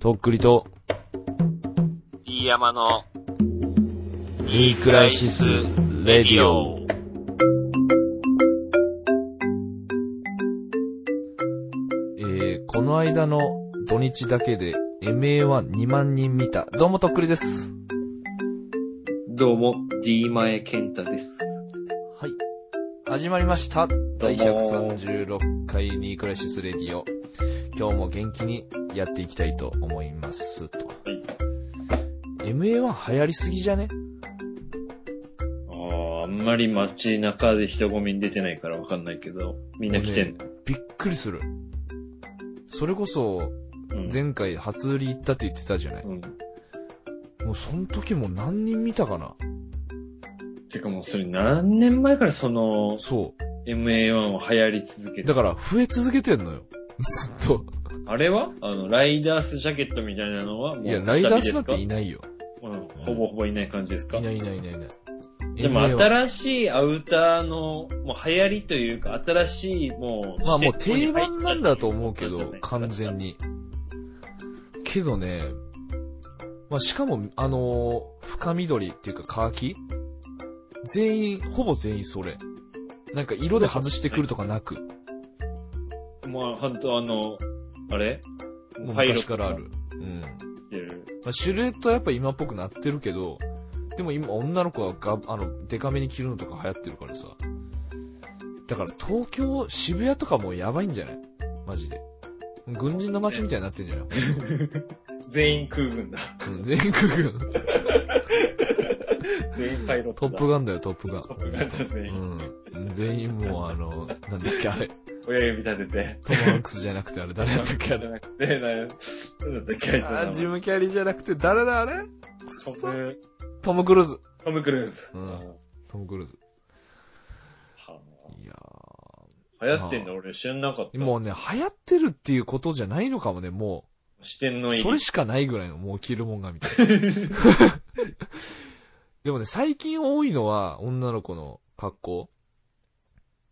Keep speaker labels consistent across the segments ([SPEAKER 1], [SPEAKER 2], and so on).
[SPEAKER 1] とっくりと、
[SPEAKER 2] D 山の
[SPEAKER 1] ニークライシス・レディオ。えー、この間の土日だけで MA は2万人見た。どうもとっくりです。
[SPEAKER 3] どうも、D 前健太です。
[SPEAKER 1] はい。始まりました。第
[SPEAKER 3] どうも
[SPEAKER 1] 136回ニークライシス・レディオ。今日も元気にやっていきたいと思います。と。MA は流行りすぎじゃね
[SPEAKER 3] ああ、あんまり街中で人混みに出てないからわかんないけど、みんな来てんの。
[SPEAKER 1] びっくりする。それこそ、
[SPEAKER 3] うん
[SPEAKER 1] 前回初売り行ったって言ってたじゃない。
[SPEAKER 3] うん。
[SPEAKER 1] もうその時も何人見たかな
[SPEAKER 3] てかもうそれ何年前からその
[SPEAKER 1] そ
[SPEAKER 3] MA1 を流行り続け
[SPEAKER 1] う。
[SPEAKER 3] て
[SPEAKER 1] だ。から増え続けてんのよ。ずっと。
[SPEAKER 3] あれはあの、ライダースジャケットみたいなのはも
[SPEAKER 1] い
[SPEAKER 3] う
[SPEAKER 1] や、ライダースなん
[SPEAKER 3] 下
[SPEAKER 1] て
[SPEAKER 3] 火
[SPEAKER 1] いないよ。
[SPEAKER 3] ですかうん、ほぼほぼいない感じですか
[SPEAKER 1] いないいないいないいない。
[SPEAKER 3] でも
[SPEAKER 1] MA は
[SPEAKER 3] 新しいアウターの、もう流行りというか、新しいもう、
[SPEAKER 1] まあもう
[SPEAKER 3] ス
[SPEAKER 1] 定
[SPEAKER 3] テップに入った
[SPEAKER 1] 番なんだと思うけ
[SPEAKER 3] うん
[SPEAKER 1] ど
[SPEAKER 3] う、ん
[SPEAKER 1] 完全に。けどね、まあしかも、あのー深緑っていうかカーキ全員、ほぼ全員それ。なんか色で外してくるとかなく、
[SPEAKER 3] まあ、ほんとあの、あれ
[SPEAKER 1] もう昔からあ。る。うん。
[SPEAKER 3] パイロットが着てる
[SPEAKER 1] まあ、シルエットはやっぱ今っぽくなってるけど、でも今女の子はが、あの、デカめに着るのとか流行ってるからさ。だから東京、渋谷とかもうやばいんじゃないマジで。軍人の街みたいになってんじゃない
[SPEAKER 3] 全員空軍だ。
[SPEAKER 1] うん全国軍。
[SPEAKER 3] 全員パイロッ
[SPEAKER 1] ト
[SPEAKER 3] ト
[SPEAKER 1] ッ
[SPEAKER 3] だ。
[SPEAKER 1] プガンだよ、トップガン。
[SPEAKER 3] トップガンだ全員
[SPEAKER 1] うん。全員もうあの、なんだっけあれ、ト
[SPEAKER 3] 親指立てて。
[SPEAKER 1] ムハンクスじゃなくてあれ誰だったっけあ
[SPEAKER 3] じ
[SPEAKER 1] れ。
[SPEAKER 3] ゃなくて、なんなんだっけ、あいつの名前
[SPEAKER 1] あ、ジム・キャリーじゃなくて誰だあれ
[SPEAKER 3] トム、
[SPEAKER 1] トム・クルーズ。
[SPEAKER 3] トム・クルーズ。
[SPEAKER 1] うん
[SPEAKER 3] は
[SPEAKER 1] トム・クルーズ。
[SPEAKER 3] あ
[SPEAKER 1] いや
[SPEAKER 3] 流行ってんだ、俺知らなかった。
[SPEAKER 1] ー。もうね、流行ってるっていうことじゃないのかもね、もう。
[SPEAKER 3] 視点のいい。
[SPEAKER 1] それしかないぐらいの、もう着るもんがみたい な。でもね、最近多いのは、女の子の格好。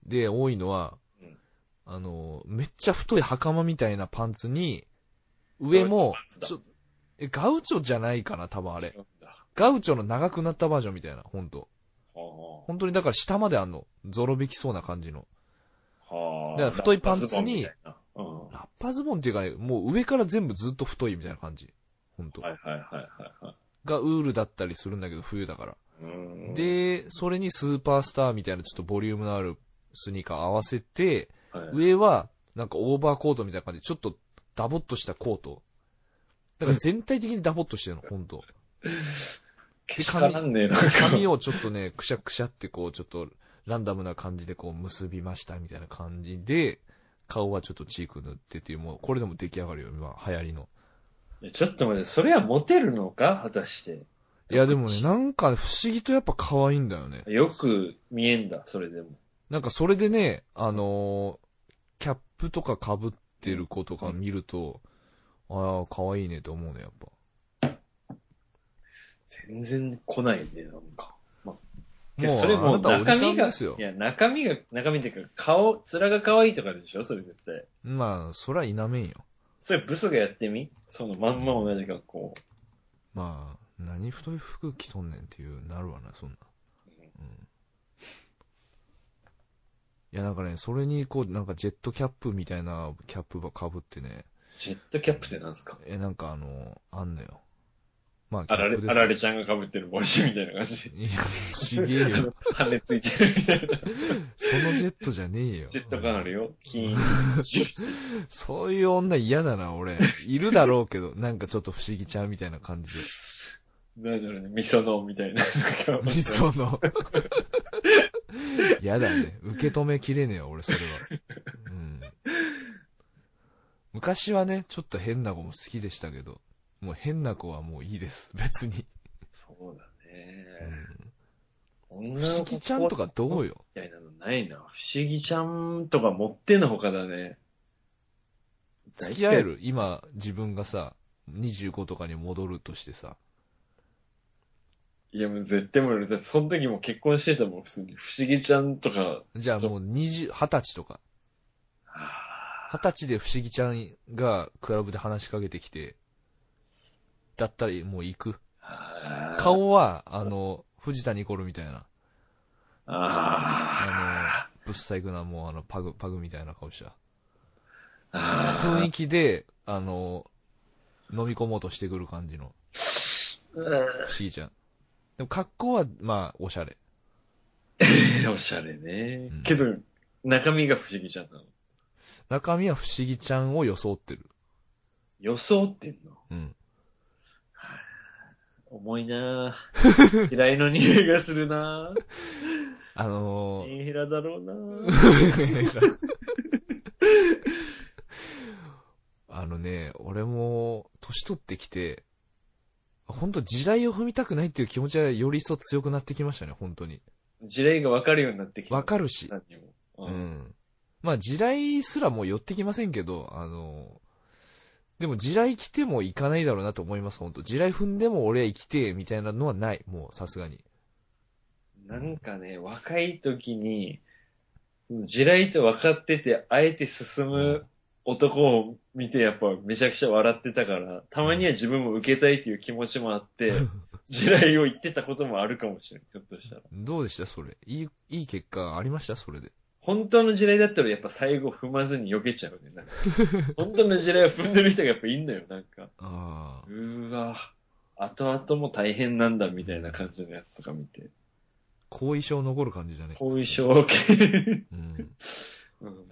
[SPEAKER 1] で、多いのは
[SPEAKER 3] うん、
[SPEAKER 1] あの、めっちゃ太い袴みたいなパンツに、上も
[SPEAKER 3] ガウチョパンツだ
[SPEAKER 1] ちょえガウチョじゃないかな、多分あれ
[SPEAKER 3] 違。うんだ。は
[SPEAKER 1] ガウチョの長くなったバージョンみたいな、ほんと。
[SPEAKER 3] あ
[SPEAKER 1] 本当にだから下まであんの。ゾロ引きそうな感じの。
[SPEAKER 3] はあ。
[SPEAKER 1] だから太いパンツに
[SPEAKER 3] ラズボみたいなうん。は
[SPEAKER 1] ラッパズボンっていうかね、もう上から全部ずっと太いみたいな感じ。ほん
[SPEAKER 3] い
[SPEAKER 1] と
[SPEAKER 3] は。いはいはいは
[SPEAKER 1] がウールだったりするんだけど、冬だから。
[SPEAKER 3] い。うん、
[SPEAKER 1] で、それにスーパースターみたいなちょっとボリュームのあるスニーカー合わせて、
[SPEAKER 3] はい、
[SPEAKER 1] 上はなんかオーバーコートみたいな感じで、ちょっとダボっとしたコート。だから全体的にダボっとして るの、ほんと。
[SPEAKER 3] けしからんねえな。
[SPEAKER 1] 髪をちょっとね、くしゃくしゃってこう、ちょっとランダムな感じでこう結びましたみたいな感じで、顔はちょっとチーク塗ってっていう、もうこれでも出来上がるよ、今、流行りの。
[SPEAKER 3] ちょっと待って、それはモテるのか果たして。
[SPEAKER 1] いやでもね、なんかね不思議とやっぱ可愛いんだよね。
[SPEAKER 3] よく見えんだ、それでも。
[SPEAKER 1] なんかそれでね、あのーキャップとか被ってる子とか見ると、ああ、可愛いねと思うね、やっぱ。
[SPEAKER 3] 全然来ないね、なんか。
[SPEAKER 1] もう、
[SPEAKER 3] それも
[SPEAKER 1] あな
[SPEAKER 3] う
[SPEAKER 1] たはお
[SPEAKER 3] 中
[SPEAKER 1] じさん
[SPEAKER 3] 身が、
[SPEAKER 1] ですよ
[SPEAKER 3] い。や、中身が、中身っていうか、顔、面が可愛いとかでしょそれ絶対。
[SPEAKER 1] まあ、そりゃ否めんよ。
[SPEAKER 3] それブスがやってみそのまんま同じ格好。
[SPEAKER 1] まあ、何太い服着とんねんっていう、なるわな、そんな。うん。いや、なんかね、それに、こう、なんかジェットキャップみたいなキャップば被ってね、
[SPEAKER 3] ジェットキャップってなんすか
[SPEAKER 1] え、なんかあの、あんのよ。まあ、キ
[SPEAKER 3] あ
[SPEAKER 1] ャ
[SPEAKER 3] ら
[SPEAKER 1] ッ
[SPEAKER 3] れ
[SPEAKER 1] プ、で
[SPEAKER 3] あ
[SPEAKER 1] す
[SPEAKER 3] られちゃんが被ってる帽子みたいな感じ。
[SPEAKER 1] いや、ちげえよ。
[SPEAKER 3] 羽ついてるみたいな。
[SPEAKER 1] そのジェットじゃねえよ。
[SPEAKER 3] ジェット感あるよ。 金。
[SPEAKER 1] そういう女嫌だな、俺。いるだろうけど、 なんかちょっと不思議ちゃうみたいな感じで。
[SPEAKER 3] なんだろうね、味噌のみたいな。なんか
[SPEAKER 1] 味噌の。嫌だね。受け止めきれねえよ、俺、それは。うん。昔はね、ちょっと変な子も好きでしたけど、もう変な子はもういいです、別に。
[SPEAKER 3] そう
[SPEAKER 1] う
[SPEAKER 3] だね。
[SPEAKER 1] ん
[SPEAKER 3] 女の
[SPEAKER 1] 不
[SPEAKER 3] 子
[SPEAKER 1] 思議ちゃんとかどうよ。
[SPEAKER 3] みたいなのないな。不思議ちゃんとか持ってんのほかだね。
[SPEAKER 1] 付き合える今、自分がさ、25とかに戻るとしてさ。
[SPEAKER 3] いや、もう絶対無理だって。その時もう結婚してたもん、普通に。不思議ちゃんとか。
[SPEAKER 1] じゃあもう20、20歳とか。
[SPEAKER 3] あ
[SPEAKER 1] 二十歳で不思議ちゃんがクラブで話しかけてきて、だったらもう行く。
[SPEAKER 3] あー
[SPEAKER 1] 顔は、あの、藤田ニコルみたいな、
[SPEAKER 3] あ
[SPEAKER 1] ぶっさいくな、もうあの、パグ、パグみたいな顔した。
[SPEAKER 3] ーあー。
[SPEAKER 1] 雰囲気で、あの、飲み込もうとしてくる感じの、しーちゃん。でも格好は、まあ、おしゃれ。
[SPEAKER 3] おしゃれね
[SPEAKER 1] うん。
[SPEAKER 3] けど、中身が不思議ちゃんなの。
[SPEAKER 1] 中身は不思議ちゃんを装ってる。
[SPEAKER 3] 装ってんの
[SPEAKER 1] うん。
[SPEAKER 3] 重 いなぁ。嫌いの匂いがするなぁ。
[SPEAKER 1] あのー、
[SPEAKER 3] インヘラだろうなぁ。
[SPEAKER 1] あのね、俺も、年取ってきて、ほんと時代を踏みたくないっていう気持ちはより一層強くなってきましたね、本当に。
[SPEAKER 3] 地雷が分かるようになってきた。
[SPEAKER 1] わかるし。
[SPEAKER 3] 何にも。う
[SPEAKER 1] うんん。まあ、地雷すらもう寄ってきませんけど、あの、でも地雷来ても行かないだろうなと思います、本当地雷踏んでも俺は生きてえ、みたいなのはない、もうさすがに。
[SPEAKER 3] なんかね、若い時に、地雷と分かってて、あえて進む男を見て、やっぱめちゃくちゃ笑ってたから、たまには自分も受けたいっていう気持ちも あって、地雷を言ってたこともあるかもしれない。ひょっとしたら。
[SPEAKER 1] どうでしたそれ。いい、いい結果ありましたそれで。
[SPEAKER 3] 本当の地雷だったらやっぱ最後踏まずに避けちゃうね。なんか 本当の地雷を踏んでる人がやっぱいんのよ、なんか。
[SPEAKER 1] ああ
[SPEAKER 3] う。ーわ、後々も大変なんだみたいな感じのやつとか見て。
[SPEAKER 1] 後遺症残る感じじゃね
[SPEAKER 3] 後遺。症系。
[SPEAKER 1] うん。
[SPEAKER 3] うん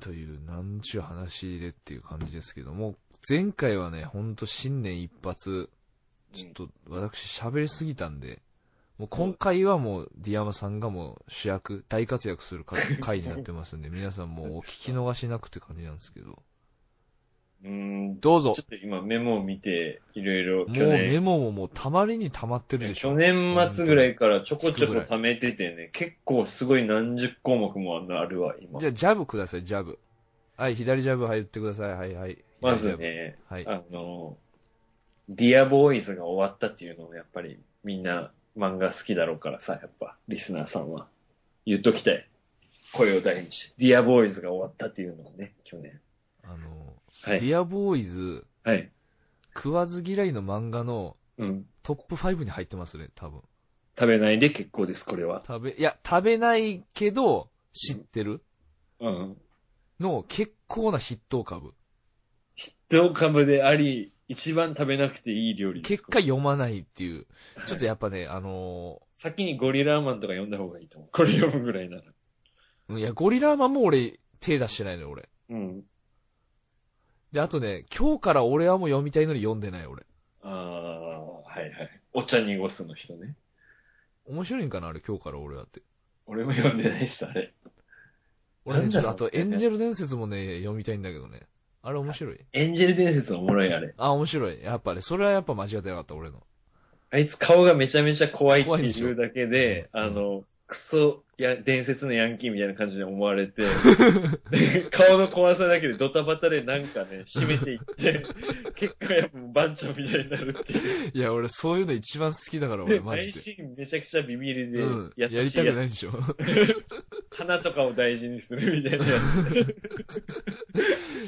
[SPEAKER 1] という、なんちゅう話でっていう感じですけども、前回はね、ほんと新年一発、ちょっと私喋りすぎたんで、もう今回はもう、ディアマさんがもう主役、大活躍する回回になってますん で、皆さんもうお聞き逃しなくって感じなんですけど。
[SPEAKER 3] うん、
[SPEAKER 1] どうぞ
[SPEAKER 3] ちょ。っと今メモを見て、いろいろ
[SPEAKER 1] もう
[SPEAKER 3] 去
[SPEAKER 1] メ
[SPEAKER 3] 年、
[SPEAKER 1] モももうたまりに溜まってるでし
[SPEAKER 3] 去
[SPEAKER 1] ょ。
[SPEAKER 3] 年末ぐらいからちょこちょこ貯めててね、結構すごい何十項目もあるわ、今
[SPEAKER 1] じ。ゃあ、ジャブください、ジャブ。はい、左ジャブ入ってください。はい、はい。
[SPEAKER 3] ま
[SPEAKER 1] 左ジャ
[SPEAKER 3] ず
[SPEAKER 1] ブ。
[SPEAKER 3] ね、
[SPEAKER 1] はい。
[SPEAKER 3] あの、ディアボーイズが終わったっていうのをやっぱりみんな漫画好きだろうからさ、やっぱリスナーさんは言っときたい。声を大にして。ディアボーイズが終わったっていうのをね、去年。
[SPEAKER 1] あの、
[SPEAKER 3] は
[SPEAKER 1] デ
[SPEAKER 3] い。
[SPEAKER 1] ィアボーイズ、
[SPEAKER 3] はい。
[SPEAKER 1] 食わず嫌いの漫画の
[SPEAKER 3] うん。
[SPEAKER 1] トップ5に入ってますね、多分。
[SPEAKER 3] 食べないで結構です、これは。
[SPEAKER 1] 食べ、いや、食べないけど、知ってる
[SPEAKER 3] うん。
[SPEAKER 1] の結構な筆頭株。
[SPEAKER 3] 同株であり、一番食べなくていい料理で
[SPEAKER 1] 結
[SPEAKER 3] す
[SPEAKER 1] 果、読まないっていう。
[SPEAKER 3] これ
[SPEAKER 1] ちょっとやっぱね、あの
[SPEAKER 3] 先にゴリラーマンとか読んだ方がいいと思う。これ読むぐらいなら。
[SPEAKER 1] ー、いや、ゴリラーマンも俺、手出してないのよ、俺。
[SPEAKER 3] うん。
[SPEAKER 1] で、あとね、今日から俺はもう読みたいのに読んでない、俺。
[SPEAKER 3] ああ、はいはい。お茶濁すの人ね。
[SPEAKER 1] 面白いんかな、あれ、今日から俺はって。
[SPEAKER 3] 俺も読んでないです、あれ。
[SPEAKER 1] 俺ね、
[SPEAKER 3] なん
[SPEAKER 1] ち
[SPEAKER 3] だ
[SPEAKER 1] ょっと
[SPEAKER 3] ろう
[SPEAKER 1] あと、エンジェル伝説もね、読みたいんだけどね。あれ面白い。
[SPEAKER 3] エンジェル伝説おもろい、あれ。
[SPEAKER 1] あ、面白い。やっぱね、それはやっぱ間違ってなかった、俺の。
[SPEAKER 3] あいつ顔がめちゃめちゃ怖いって
[SPEAKER 1] 怖いでし
[SPEAKER 3] い
[SPEAKER 1] ょ
[SPEAKER 3] うだけで、
[SPEAKER 1] うん
[SPEAKER 3] あの、クソや、伝説のヤンキーみたいな感じで思わ れて、で顔の怖さだけでドタバタでなんかね、締めてい って、結果やっぱ番長みたいになるっていう。
[SPEAKER 1] いや、俺、そういうの一番好きだから、俺、
[SPEAKER 3] で、
[SPEAKER 1] マ
[SPEAKER 3] 内
[SPEAKER 1] ジで。
[SPEAKER 3] 心めちゃくちゃビビりで
[SPEAKER 1] うん、。や
[SPEAKER 3] 優しいや
[SPEAKER 1] り
[SPEAKER 3] つ、
[SPEAKER 1] たくないでしょ。
[SPEAKER 3] 花とかを大事にするみたいなやつ。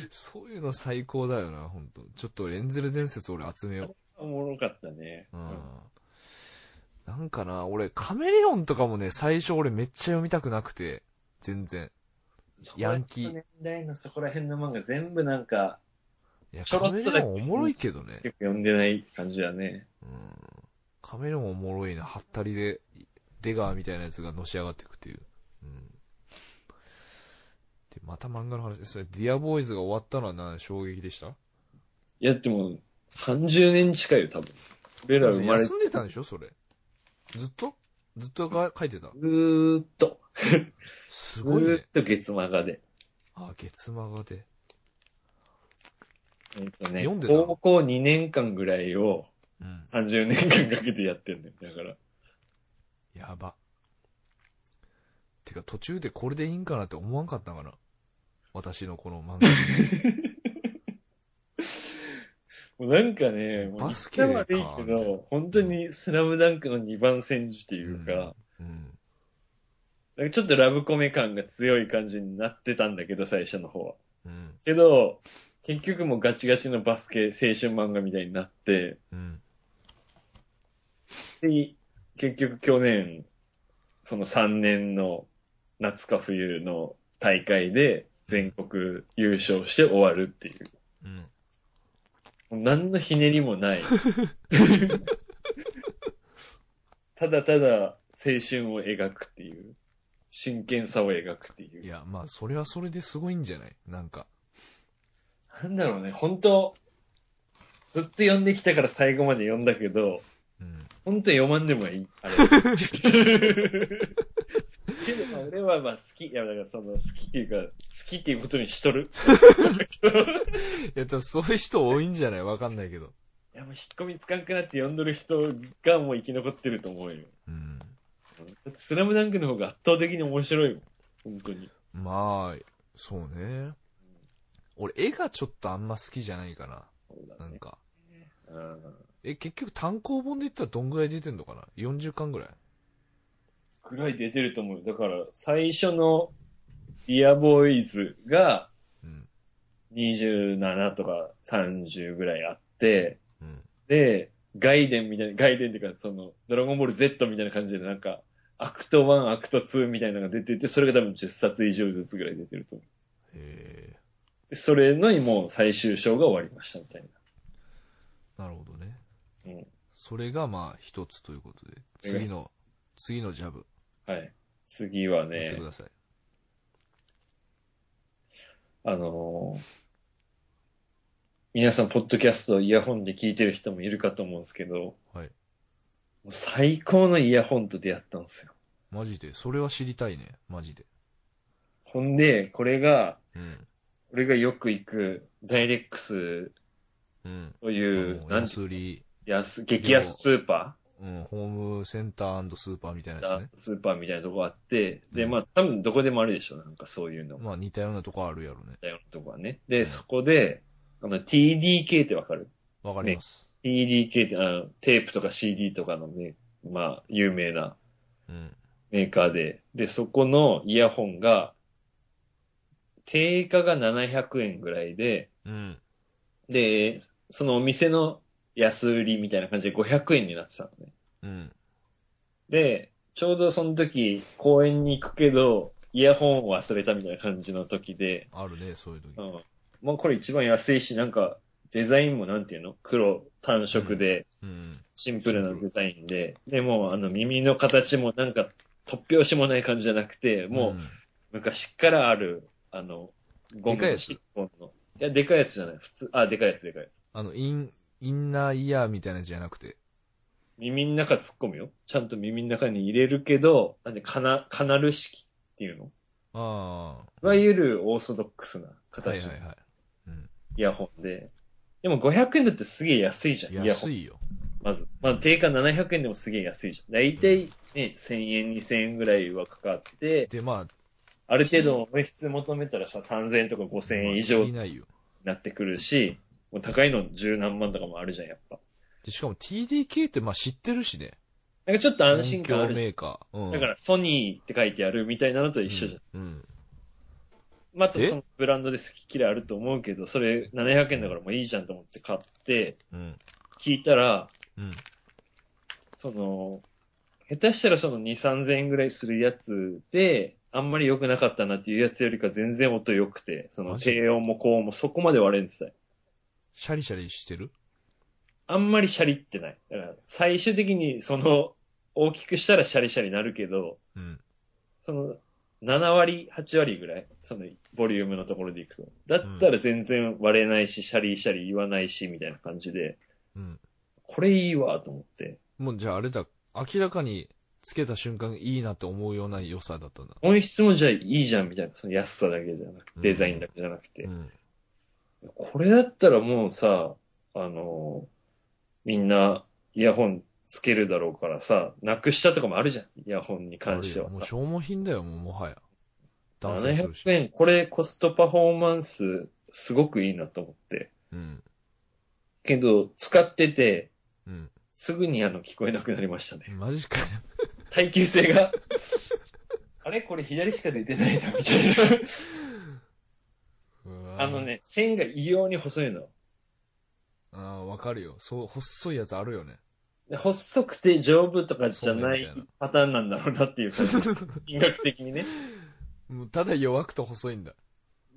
[SPEAKER 1] そういうの最高だよな、本当ちょっとエンゼル伝説俺集めよ
[SPEAKER 3] おもろかったね。
[SPEAKER 1] う。うん。なんかな、俺、カメレオンとかもね、最初俺めっちゃ読みたくなくて、全然。ヤンキー
[SPEAKER 3] そこら辺の年代のそこら辺の漫画全部なんか、
[SPEAKER 1] いや、
[SPEAKER 3] ちょろ
[SPEAKER 1] カ
[SPEAKER 3] っと
[SPEAKER 1] メ
[SPEAKER 3] だけ
[SPEAKER 1] レオンおもろいけどね。
[SPEAKER 3] 結構読んでない感じだね。
[SPEAKER 1] うん。カメレオンおもろいな、ハッタリで、出川みたいなやつがのし上がっていくっていう。うん。で、また漫画の話。それ、ディアボーイズが終わったのはな、衝撃でした
[SPEAKER 3] いや、でも、30年近いよ、多分。俺ら生まれて
[SPEAKER 1] 休んでたんでしょそれ。ずっとずっとか書いてた。
[SPEAKER 3] ずーっと、
[SPEAKER 1] す
[SPEAKER 3] ず
[SPEAKER 1] ごいね
[SPEAKER 3] ーっ。と月マガで。
[SPEAKER 1] あ、月間がで。
[SPEAKER 3] えっとね
[SPEAKER 1] 読んで、たの
[SPEAKER 3] 高校2年間ぐらいを
[SPEAKER 1] うん。
[SPEAKER 3] 30年間かけてやってんだよ。だから、
[SPEAKER 1] やば。てか途中でこれでいいんかなって思わんかったんかな。私のこの 漫
[SPEAKER 3] もうなんかね、もう
[SPEAKER 1] バスケか
[SPEAKER 3] 言ったら悪いけど、本当にスラムダンクの2番戦時っていうか、
[SPEAKER 1] 画。うん。
[SPEAKER 3] なんかちょっとラブコメ感が強い感じになってたんだけど、最初の方は。
[SPEAKER 1] うん。
[SPEAKER 3] けど、結局もうガチガチのバスケ、青春漫画みたいになって、
[SPEAKER 1] うん。
[SPEAKER 3] で、結局去年、その3年の夏か冬の大会で全国優勝して終わるっていう。
[SPEAKER 1] うん。
[SPEAKER 3] もう何のひねり もない。ただただ青春を描くっていう。真剣さを描くってい。
[SPEAKER 1] いうや、まあ、それはそれですごいんじゃないなんか。
[SPEAKER 3] なんだろうね、本当ずっと読んできたから最後まで読んだけど、
[SPEAKER 1] うん。
[SPEAKER 3] 本当に読まんでもいい。あれ。けど、まあ俺はまあ好き。いや、だからその好きっていうか、好きっていうことにしとる。
[SPEAKER 1] いや、多分そういう人多いんじゃないわかんないけど。
[SPEAKER 3] いや、もう引っ込みつかんくなって読んどる人がもう生き残ってると思うよ。
[SPEAKER 1] うん。
[SPEAKER 3] だってスラムダンクの方が圧倒的に面白いもん。本当に。
[SPEAKER 1] まあ、そうね。俺、絵がちょっとあんま好きじゃないかな。
[SPEAKER 3] そうだ
[SPEAKER 1] なん
[SPEAKER 3] ね。
[SPEAKER 1] か。
[SPEAKER 3] うん。
[SPEAKER 1] え、結局単行本で言ったらどんぐらい出てんのかな ?40 巻ぐらい
[SPEAKER 3] ぐらい出てると思うよ。だから、最初のディアボーイズが
[SPEAKER 1] うん。
[SPEAKER 3] 27とか30ぐらいあって、
[SPEAKER 1] うん。
[SPEAKER 3] で、ガイデンみたいな、ガイデンっていうか、その、ドラゴンボール Z みたいな感じで、なんか、アクト1、アクト2みたいなのが出てて、それが多分10冊以上ずつぐらい出てると思う。
[SPEAKER 1] へ
[SPEAKER 3] でそれのにもう最終章が終わりましたみたいな。
[SPEAKER 1] え。なるほどね。
[SPEAKER 3] うん
[SPEAKER 1] それがまあ一つということで。
[SPEAKER 3] そ
[SPEAKER 1] 次
[SPEAKER 3] れが
[SPEAKER 1] の、次のジャブ。
[SPEAKER 3] はい。次は
[SPEAKER 1] 言って
[SPEAKER 3] ね
[SPEAKER 1] く、ださい。
[SPEAKER 3] あのー皆さん、ポッドキャストをイヤホンで聞いてる人もいるかと思うんですけど、
[SPEAKER 1] はい。
[SPEAKER 3] もう最高のイヤホンと出会ったんですよ。
[SPEAKER 1] マジで。それは知りたいね。マジで。
[SPEAKER 3] ほんで、これが、
[SPEAKER 1] うん。
[SPEAKER 3] 俺がよく行く、ダイレックス
[SPEAKER 1] うん。
[SPEAKER 3] と
[SPEAKER 1] う
[SPEAKER 3] いう、なんて
[SPEAKER 1] 安売り、
[SPEAKER 3] 安、激安スーパ
[SPEAKER 1] うん、ホームセンタースーパーみたいなやつ
[SPEAKER 3] ー
[SPEAKER 1] ね。
[SPEAKER 3] スーパーみたいなとこあって、で、
[SPEAKER 1] うん
[SPEAKER 3] まあ、多分どこでもあるでしょ、なんかそういうの。み
[SPEAKER 1] まあ似たようなとこあるやろね。
[SPEAKER 3] たいなとこはね。
[SPEAKER 1] う
[SPEAKER 3] で、
[SPEAKER 1] ん
[SPEAKER 3] そこで、あの、TDK ってわかる
[SPEAKER 1] わかります。
[SPEAKER 3] ?TDK って、あの、テープとか CD とかのね、まあ、有名な
[SPEAKER 1] うん。
[SPEAKER 3] メーカーで。で、そこのイヤホンが、定価が700円ぐらいで、
[SPEAKER 1] うん。
[SPEAKER 3] で、そのお店の安売りみたいな感じで500円になってたのね。
[SPEAKER 1] うん。
[SPEAKER 3] で、ちょうどその時、公園に行くけど、イヤホンを忘れたみたいな感じの時で、
[SPEAKER 1] あるね、そういう時
[SPEAKER 3] う。ん。まあこれ一番安いし、なんか、デザインもなんていうの黒単色で、
[SPEAKER 1] うん。
[SPEAKER 3] シンプルなデザインで、でもうあの耳の形もなんか、突拍子もない感じじゃなくて、もう昔からある、あの、ゴ
[SPEAKER 1] でかい
[SPEAKER 3] ム
[SPEAKER 1] や
[SPEAKER 3] の
[SPEAKER 1] つ
[SPEAKER 3] シリコンの。いや、でかいやつじゃない。普通、あ、でかいやつ、でかいやつ。
[SPEAKER 1] あの、イン、インナーイヤーみたいなやつじゃなくて。
[SPEAKER 3] 耳の中突っ込むよ。ちゃんと耳の中に入れるけど、なんで、カナ、カナル式っていうの
[SPEAKER 1] あ
[SPEAKER 3] いわゆるオーソドックスな
[SPEAKER 1] あ。はい
[SPEAKER 3] 形
[SPEAKER 1] は
[SPEAKER 3] の
[SPEAKER 1] いは
[SPEAKER 3] イヤホンで。でも500円だってすげえ安いじゃん、イ
[SPEAKER 1] い。
[SPEAKER 3] ヤホ
[SPEAKER 1] 安
[SPEAKER 3] ン。
[SPEAKER 1] いよ。
[SPEAKER 3] まず。まあ定価700円でもすげえ安いじゃん。だいたいね、1000円、2000円ぐらいはかかって、
[SPEAKER 1] で、まあ、
[SPEAKER 3] ある程度の音質求めたらさ、3000円とか5000円以上
[SPEAKER 1] 足り
[SPEAKER 3] に
[SPEAKER 1] ないよ。
[SPEAKER 3] なってくるし、もう高いの十何万とかもあるじゃん、やっぱ。
[SPEAKER 1] で、しかも TDK ってまあ知ってるしね。
[SPEAKER 3] なんかちょっと安心感あ
[SPEAKER 1] 音響
[SPEAKER 3] るじ
[SPEAKER 1] メーカー。う
[SPEAKER 3] ゃ
[SPEAKER 1] ん。
[SPEAKER 3] ん。だからソニーって書いてあるみたいなのと一緒じゃん。
[SPEAKER 1] うん。うん。
[SPEAKER 3] またそのブランドで好き嫌いあると思うけど、それ700円だからもういいじゃんと思って買って、
[SPEAKER 1] うん。
[SPEAKER 3] 聞いたら、
[SPEAKER 1] うん。
[SPEAKER 3] その、下手したらその2、3000円ぐらいするやつで、あんまり良くなかったなっていうやつよりか全然音良くて、その
[SPEAKER 1] マジ
[SPEAKER 3] 低音も高音もそこまで割れんでたよ。
[SPEAKER 1] シャリシャリしてる
[SPEAKER 3] あんまりシャリってない。だから最終的にその、大きくしたらシャリシャリなるけど、
[SPEAKER 1] うん。
[SPEAKER 3] その、7割、8割ぐらい、その、ボリュームのところでいくと。だったら全然割れないし、シャリシャリ言わないし、みたいな感じで、
[SPEAKER 1] うん。
[SPEAKER 3] これいいわ、と思って。
[SPEAKER 1] もうじゃああれだ、明らかにつけた瞬間いいなって思うような良さだったんだ。
[SPEAKER 3] 音質もじゃあいいじゃん、みたいな。その安さだけじゃなくて、デザインだけじゃなくて
[SPEAKER 1] う。ん。
[SPEAKER 3] これだったらもうさ、あの、みんなイヤホンつけるだろうからさ、なくしたとかもあるじゃん。イヤホンに関しては
[SPEAKER 1] もう
[SPEAKER 3] さ。
[SPEAKER 1] 消耗品だよ、もうもはや。男性するし
[SPEAKER 3] 700円、これコストパフォーマンスすごくいいなと思って。
[SPEAKER 1] うん。
[SPEAKER 3] けど、使ってて、
[SPEAKER 1] うん。
[SPEAKER 3] すぐにあの聞こえなくなりましたね。
[SPEAKER 1] マジか よ。
[SPEAKER 3] 耐久 性が。あれこれ左しか出てないな、みたいな。
[SPEAKER 1] う わ
[SPEAKER 3] あの。ね、線が異様に細いの。
[SPEAKER 1] ああー、わかるよ。そう、細いやつあるよね。
[SPEAKER 3] で細くて丈夫とかじゃな
[SPEAKER 1] そう
[SPEAKER 3] い
[SPEAKER 1] ねみたい
[SPEAKER 3] パターンなんだろうなっていう 感じ。金額的にね。
[SPEAKER 1] もうただ弱くと細いんだ。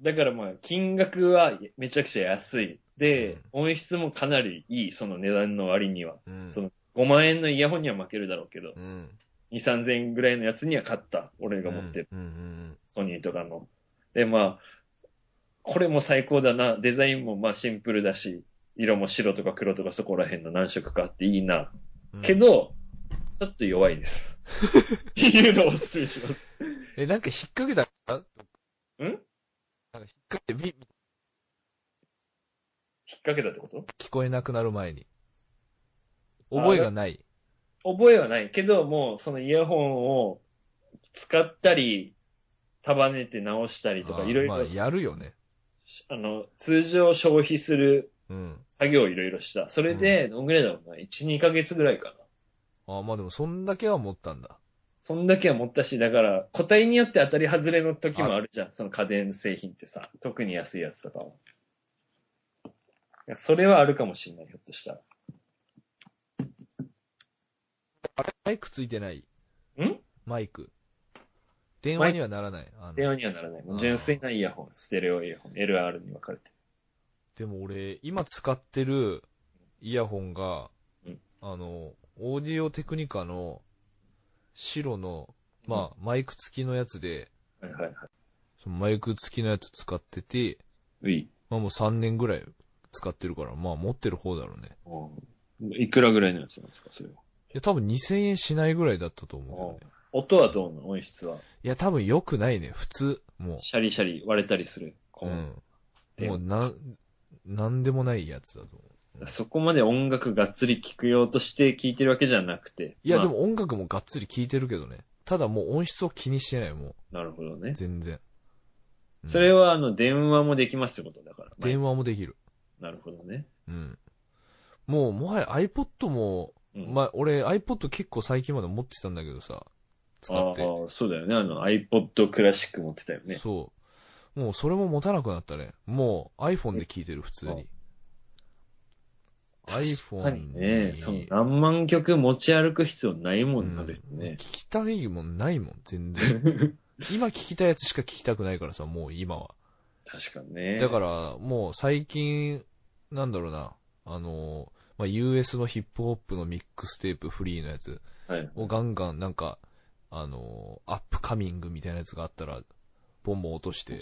[SPEAKER 3] だからまあ、金額はめちゃくちゃ安い。で、音質もかなりいい、その値段の割には。
[SPEAKER 1] うん。
[SPEAKER 3] そう5万円のイヤホンには負けるだろうけど、
[SPEAKER 1] うん。
[SPEAKER 3] 2、3千円ぐらいのやつには勝った。俺が持ってる。
[SPEAKER 1] うんうん
[SPEAKER 3] ソニーとかの。で、まあ、これも最高だな。デザインもまあシンプルだし、色も白とか黒とかそこら辺の何色かあっていいな。
[SPEAKER 1] うん。
[SPEAKER 3] けど、ちょっと弱 いです。っていうのをお勧めします。
[SPEAKER 1] え、なんか引っ掛けたんな
[SPEAKER 3] ん
[SPEAKER 1] んか引っ掛けて、ビ
[SPEAKER 3] 引っ掛けたってこと
[SPEAKER 1] 聞こえなくなる前に。覚えがない。
[SPEAKER 3] 覚えはないけど、もうそのイヤホンを使ったり、束ねて直したりとか、
[SPEAKER 1] あー
[SPEAKER 3] いろいろ、
[SPEAKER 1] まあ、やるよね。
[SPEAKER 3] あの、通常消費する
[SPEAKER 1] うん。
[SPEAKER 3] 作業をいろいろした。それで、どんぐらいだろうな。1、2ヶ月ぐらいかな。
[SPEAKER 1] ああ、まあでも、そんだけは持ったんだ。
[SPEAKER 3] そんだけは持ったし、だから、個体によって当たり外れの時もあるじゃん。その家電製品ってさ、特に安いやつとかは。いやそれはあるかもしれない、ひょっとしたら。
[SPEAKER 1] マイクついてない。
[SPEAKER 3] ん
[SPEAKER 1] マイク。電話にはならない。あの
[SPEAKER 3] 電話にはならない。もう純粋なイヤホン、ステレオイヤホン、LR に分かれて
[SPEAKER 1] でも俺、今使ってるイヤホンが
[SPEAKER 3] うん、
[SPEAKER 1] あの、オーディオテクニカの白の、まあ、マイク付きのやつで、
[SPEAKER 3] る。はいはいはい。
[SPEAKER 1] そのマイク付きのやつ使ってて、
[SPEAKER 3] うい。
[SPEAKER 1] まあもう3年ぐらい使ってるから、まあ持ってる方だろうね。
[SPEAKER 3] いくらぐらいのやつなんですか、それ
[SPEAKER 1] い
[SPEAKER 3] は。
[SPEAKER 1] や、多分2000円しないぐらいだったと思うけどね。
[SPEAKER 3] 音はどうなの音質は。
[SPEAKER 1] いや、多分良くないね、普通。も
[SPEAKER 3] シャリシャリ割れたりする。
[SPEAKER 1] う。うん。
[SPEAKER 3] で
[SPEAKER 1] もう、なん、なんでもないやつだと思う。
[SPEAKER 3] そこまで音楽がっつり聴くようとして聴いてるわけじゃなくて。
[SPEAKER 1] いや、
[SPEAKER 3] まあ
[SPEAKER 1] で。も音楽もがっつり聴いてるけどね。ただもう音質を気にしてない、も
[SPEAKER 3] なるほど
[SPEAKER 1] う。
[SPEAKER 3] ね。
[SPEAKER 1] 全然。うん
[SPEAKER 3] それは、あの、電話もできますってことだから。
[SPEAKER 1] 電話もできる。
[SPEAKER 3] なるほどね。
[SPEAKER 1] うん。もう、もはや iPod も、
[SPEAKER 3] うん
[SPEAKER 1] まあ、俺 iPod 結構最近まで持ってたんだけどさ、使
[SPEAKER 3] あ
[SPEAKER 1] っ
[SPEAKER 3] あ
[SPEAKER 1] て。、
[SPEAKER 3] そうだよね。あの、iPod クラシック持ってたよね。
[SPEAKER 1] そう。もうそれも持たなくなったね。もう iPhone で聴いてる、普通に。
[SPEAKER 3] 確か
[SPEAKER 1] iPhone
[SPEAKER 3] に
[SPEAKER 1] に
[SPEAKER 3] ね。その何万曲持ち歩く必要ないもんな、です
[SPEAKER 1] うん
[SPEAKER 3] ね
[SPEAKER 1] 聞。きたいもんないもん、全然。 今聞きたいやつしか聞きたくないからさ、もう今は。
[SPEAKER 3] 確かにね。、
[SPEAKER 1] だからら、もう最近、なんだろうな、あの、まあ、US のヒップホップのミックステープフリーのやつ
[SPEAKER 3] はい
[SPEAKER 1] をガンガンなんか、あの、アップカミングみたいなやつがあったら、ボンボン落として、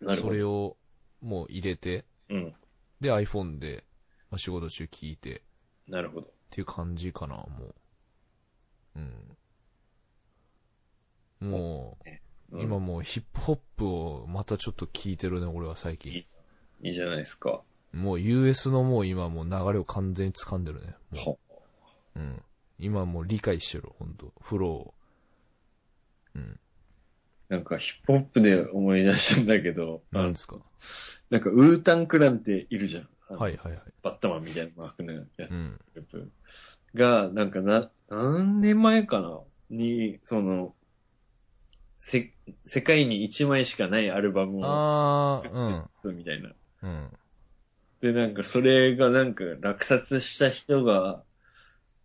[SPEAKER 3] なる
[SPEAKER 1] そ
[SPEAKER 3] ほ
[SPEAKER 1] れ
[SPEAKER 3] ど。
[SPEAKER 1] をもう入れて、
[SPEAKER 3] うん。
[SPEAKER 1] で iPhone で、まあ、仕事中聞いて、
[SPEAKER 3] なるほど。
[SPEAKER 1] っていう感じかな、もう。うん。もう、
[SPEAKER 3] うん
[SPEAKER 1] 今もうヒップホップをまたちょっと聞いてるね、俺は最近。
[SPEAKER 3] いいじゃないですか。
[SPEAKER 1] もう US のもう今もう流れを完全に掴んでるね。も
[SPEAKER 3] ほ
[SPEAKER 1] ううん。今もう理解してる、ほんと。フローを。うん。
[SPEAKER 3] なんかヒップホップで思い出したんだけど、あ
[SPEAKER 1] なん
[SPEAKER 3] の
[SPEAKER 1] ですか
[SPEAKER 3] なんかウータンクランっているじゃん。あの
[SPEAKER 1] はいはいはい。
[SPEAKER 3] バッタマンみたいなマークのやつ
[SPEAKER 1] うん。
[SPEAKER 3] が、なんかな、何年前かなに、その、せ、世界に1枚しかないアルバムを、
[SPEAKER 1] あー、
[SPEAKER 3] みたいな。
[SPEAKER 1] うん。うん。
[SPEAKER 3] で、なんかそれがなんか落札した人が、